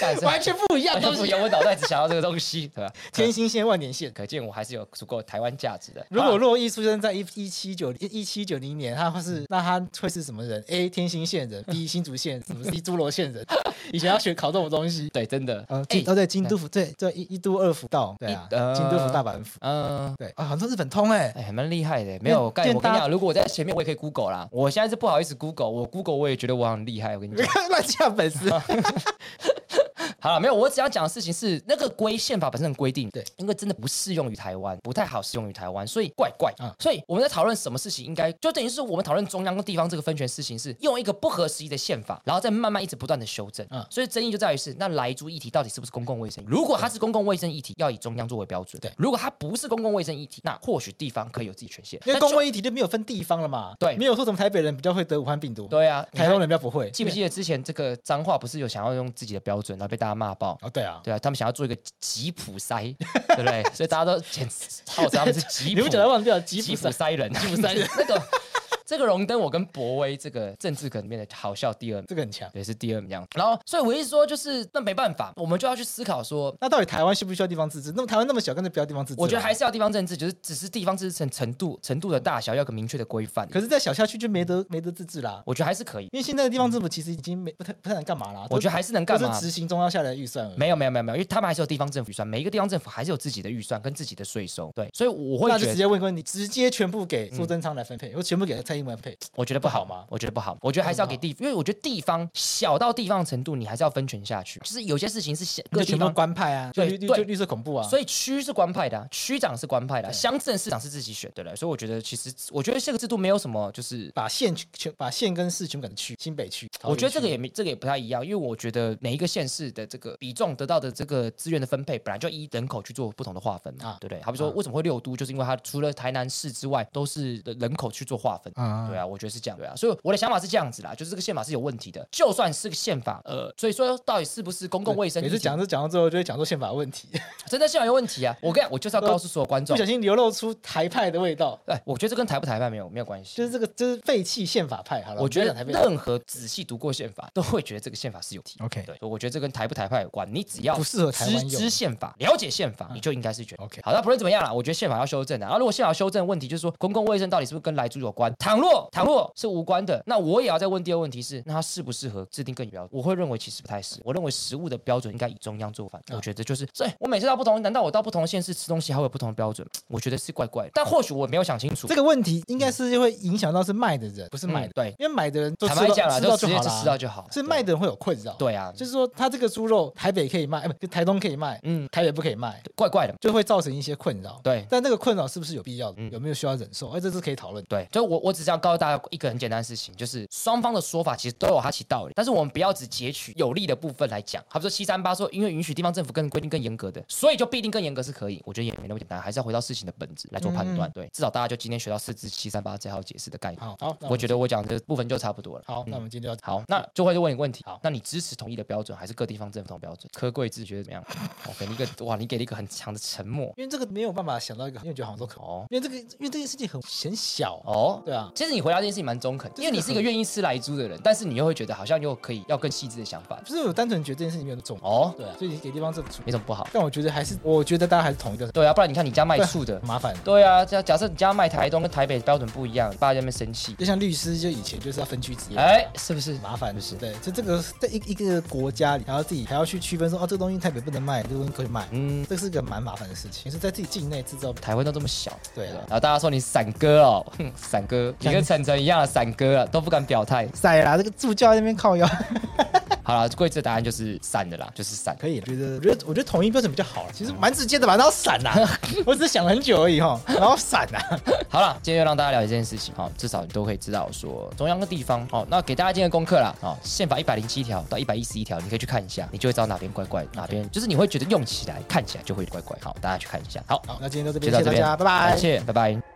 Speaker 2: 干什么？
Speaker 3: 完全不一样
Speaker 2: 完
Speaker 3: 的
Speaker 2: 全
Speaker 3: 东
Speaker 2: 不一
Speaker 3: 西。
Speaker 2: 样我脑袋只想要这个东西，对吧？
Speaker 3: 天心县、万年县。
Speaker 2: 可见我还是有足够台湾价值的。
Speaker 3: 如
Speaker 2: 好
Speaker 3: 果
Speaker 2: 啦
Speaker 3: 洛伊出生在一一七九一七九零年，他会是那他会是什么人？A 天心县人，B 新竹县，什么 [LAUGHS] C 侏罗县人？以前要学考这种东西。
Speaker 2: 对，真的，
Speaker 3: 呃，
Speaker 2: 哎
Speaker 3: 京哦对，京都府对对一一都二府道，对啊，
Speaker 2: 一呃
Speaker 3: 京都府、大阪府，
Speaker 2: 嗯。
Speaker 3: 对啊，很多日本通哎，
Speaker 2: 哎，还蛮厉害的，没
Speaker 3: 因为
Speaker 2: 有我干。我
Speaker 3: 因
Speaker 2: 跟
Speaker 3: 为
Speaker 2: 你
Speaker 3: 大
Speaker 2: 讲，如果我在前面，我也可以 Google 啦。我现在是不好意思 Google，我 Google 我也觉得我很厉害。我跟你讲，
Speaker 3: [LAUGHS] 乱下本事。
Speaker 2: 好了，没有，我只要讲的事情是那个规宪法本身的规定，
Speaker 3: 对，
Speaker 2: 因为真的不适用于台湾，不太好适用于台湾，所以怪怪
Speaker 3: 啊
Speaker 2: 啊。所以我们在讨论什么事情，应该就等于是我们讨论中央跟地方这个分权事情，是用一个不合时宜的宪法，然后再慢慢一直不断的修正。
Speaker 3: 嗯
Speaker 2: 所以争议就在于是那莱猪议题到底是不是公共卫生？如果它是公共卫生议题，要以中央作为标准；
Speaker 3: 对
Speaker 2: 如果它不是公共卫生议题，那或许地方可以有自己权限。
Speaker 3: [LAUGHS] 因为
Speaker 2: 但
Speaker 3: 公
Speaker 2: 就
Speaker 3: 卫一体就没有分地方了嘛，
Speaker 2: 对
Speaker 3: 没有说什么台北人比较会得武汉病毒，
Speaker 2: 对啊，
Speaker 3: 台湾人比较不会。
Speaker 2: 记不记得之前这个脏话不是有想要用自己的标准，然后被大家他骂爆。
Speaker 3: 哦，对啊，
Speaker 2: 对啊，他们想要做一个吉普塞， [LAUGHS] 对不对？所以大家都简直号称他们是吉
Speaker 1: 你
Speaker 2: 普
Speaker 1: 们讲到忘
Speaker 3: 啊
Speaker 1: 掉吉普
Speaker 2: 吉普
Speaker 1: 赛，
Speaker 2: 塞人，吉普塞人 [LAUGHS] 那个这个荣登我跟博威这个政治梗里面的好笑第二名，
Speaker 3: 这个很强。
Speaker 2: 对，是第二名这样。然后，所以我一直说，就是那没办法，我们就要去思考说。
Speaker 3: 那到底台湾需不需要地方自治？那么台湾那么小，干脆不要地方自治吧。
Speaker 2: 我觉得还是要地方政治，就是只是地方自治程程度程度的大小要有个明确的规范。
Speaker 3: 可是，在小校区就没得没得自治啦，
Speaker 2: 我觉得还是可以，
Speaker 3: 因为现在的地方政府其实已经没不太不太能干嘛啦。
Speaker 2: 我觉得还是能干
Speaker 3: 就
Speaker 2: 嘛
Speaker 3: 是？执行中央下来的预算而已。
Speaker 2: 没有没有没有没有，因为他们还是有地方政府预算，每一个地方政府还是有自己的预算跟自己的税收。对，所以我会
Speaker 3: 那就直
Speaker 2: 觉得，
Speaker 3: 接问一个问题，直接全部给苏贞昌来分配，或全部给蔡英文分配，
Speaker 2: 我觉得不好
Speaker 3: 不好吗
Speaker 2: 我觉得不好，我觉得还是要
Speaker 3: 嗯
Speaker 2: 给地，因为我觉得地方小到地方程度，你还是要分权下去。就是有些事情是小
Speaker 3: 就
Speaker 2: 各
Speaker 3: 全
Speaker 2: 地
Speaker 3: 部
Speaker 2: 方
Speaker 3: 官派啊，就
Speaker 2: 对
Speaker 3: 绿就
Speaker 2: 对
Speaker 3: 绿色恐怖啊。
Speaker 2: 所以区是官派的、啊，区长是官派的啊、乡镇市长是自己选的了。所以我觉得，其实我觉得这个制度没有什么，就是
Speaker 3: 把县区全把县跟市全部改成区，新北区。
Speaker 2: 我觉得这个
Speaker 3: 桃园区
Speaker 2: 也没这个也不太一样，因为我觉得每一个县市的这个比重得到的这个资源的分配，本来就依人口去做不同的划分嘛，
Speaker 3: 啊
Speaker 2: 对不对？好比说为什么会六都，就是因为它除了台南市之外，都是人口去做划分。
Speaker 3: 啊
Speaker 2: 对啊，我觉得是这样，对啊，所以我的想法是这样子啦，就是这个宪法是有问题的，就算是个宪法，呃，所以说到底是不是公共卫生
Speaker 3: 每
Speaker 2: 议题，
Speaker 3: 次讲这讲到最后就会讲说宪法问题，
Speaker 2: 真的宪法有问题啊！我跟你讲，我就是要告诉所有观
Speaker 3: 呃不
Speaker 2: 众
Speaker 3: 小，心流露出台派的味道，
Speaker 2: 哎，我觉得这跟台不台派没有没有关系，
Speaker 3: 就是这个就是废弃宪法派。好了，
Speaker 2: 我觉
Speaker 3: 不
Speaker 2: 得
Speaker 3: 要讲台派
Speaker 2: 任何仔细读过宪法都会觉得这个宪法是有题。
Speaker 3: OK
Speaker 2: 对，所以我觉得这跟台不台派有关。你只要
Speaker 3: 不适合台湾
Speaker 2: 知
Speaker 3: 用嗯
Speaker 2: 知宪法、了解宪法，你就应该是觉得
Speaker 3: OK
Speaker 2: 好，那不论怎么样啦，我觉得宪法要修正的。然后啊如果宪法修正的问题就是说，公共卫生到底是不是跟来猪有关？倘若倘若是无关的，那我也要再问第二个问题是，那它适不适合制定更标准？我会认为其实不太适合。我认为食物的标准应该以中央做反。
Speaker 3: 嗯
Speaker 2: 我觉得就是，所以我每次到不同，难道我到不同的县市吃东西还会有不同的标准？我觉得是怪怪的。但或许我没有想清楚
Speaker 3: 这。个问题应该是会影响到是卖的人，不是
Speaker 2: 嗯
Speaker 3: 买的，
Speaker 2: 对
Speaker 3: 因为买的人都吃
Speaker 2: 坦白讲
Speaker 3: 到
Speaker 2: 啦，
Speaker 3: 吃到
Speaker 2: 就
Speaker 3: 就
Speaker 2: 直接
Speaker 3: 好
Speaker 2: 吃吃到
Speaker 3: 了，
Speaker 2: 就好了。
Speaker 3: 所以卖的人会有困扰。
Speaker 2: 对啊，
Speaker 3: 就是说他这个猪肉台北可以卖，哎不，台东可以卖，
Speaker 2: 嗯，
Speaker 3: 台北不可以卖，
Speaker 2: 怪怪的。
Speaker 3: 就会造成一些困扰。
Speaker 2: 对
Speaker 3: 但那个困扰是不是有必要的
Speaker 2: 嗯？
Speaker 3: 有没有需要忍受？哎，这是可以讨论的。
Speaker 2: 对，就我我只是要告诉大家一个很简单的事情，就是双方的说法其实都有它其道理，但是我们不要只截取有利的部分来讲。好比说七三八说，因为允许地方政府更规定更严格的，所以就必定更严格是可以，我觉得也没那么简单，还是要回到事情的本质来做判断。对，至少大家就今天学到四至七三八这套解释的概念。
Speaker 3: 嗯好，好，那
Speaker 2: 我觉得我讲的部分就差不多了。
Speaker 3: 好，那我们今天就到
Speaker 2: 好，那就会问你个问题，好，那你支持统一的标准，还是各地方政府同标准？科贵自觉得怎么样？我给你一个，哇，你给了一个很强的沉默。
Speaker 3: 因为这个没有办法想到一个，因为我觉得好像都可，
Speaker 2: 哦
Speaker 3: 因为这个因为这件事情很很小，
Speaker 2: 哦，
Speaker 3: 对啊，
Speaker 2: 其实你回答这件事情蛮中肯，因为你是一个愿意吃来猪的人，但是你又会觉得好像又可以要更细致的想法
Speaker 3: 不。是我单纯觉得这件事情没有那么重要，
Speaker 2: 哦，
Speaker 3: 对啊，所以给地方政府处理，
Speaker 2: 没什么不好。
Speaker 3: 但我觉得还是，我觉得大家还是同一个，
Speaker 2: 对啊，不然你看你家卖醋的
Speaker 3: 很，麻烦。
Speaker 2: 对啊，假假设你家卖台东跟台北标准不一样，你爸在那边生气，
Speaker 3: 就像律师，就以前就是要分区职业，
Speaker 2: 哎，是不是？
Speaker 3: 麻烦就是对，就这个在一一个国家里，然后自己还要去区分说，哦，这个东西台北不能卖，这个东西可以卖，
Speaker 2: 嗯，
Speaker 3: 这是个蛮麻烦的事情，是在自己境内制造。
Speaker 2: 台湾都这么小，
Speaker 3: 对啊
Speaker 2: 然后大家说你散哥哦，哼，散哥，你跟晨晨一样啊，散哥啊，都不敢表态。
Speaker 3: 塞啦，这个助教在那边靠腰， [LAUGHS]
Speaker 2: 好了，贵子的答案就是散的啦，就是散。
Speaker 3: 可以，觉得我觉得我觉得统一标准比较好，
Speaker 2: 嗯
Speaker 3: 其实蛮直接的吧，然后闪呐、 [LAUGHS] 我只是想了很久而已哈，然后闪啊呐、
Speaker 2: 好了，今天就让大家了解这件事情哈、哦，至少你都可以知道说中央跟地方哦。那给大家今天的功课啦哦，宪法一百零七条到一百一十一条，你可以去看一下，你就会知道哪边怪怪，哪边就是你会觉得用起来看起来就会怪怪。好，大家去看一下。好，
Speaker 3: 好，那今天到这
Speaker 2: 就
Speaker 3: 边，
Speaker 2: 到
Speaker 3: 谢谢
Speaker 2: 这
Speaker 3: 大家，
Speaker 2: 边，
Speaker 3: 拜拜
Speaker 2: 感。谢，拜拜。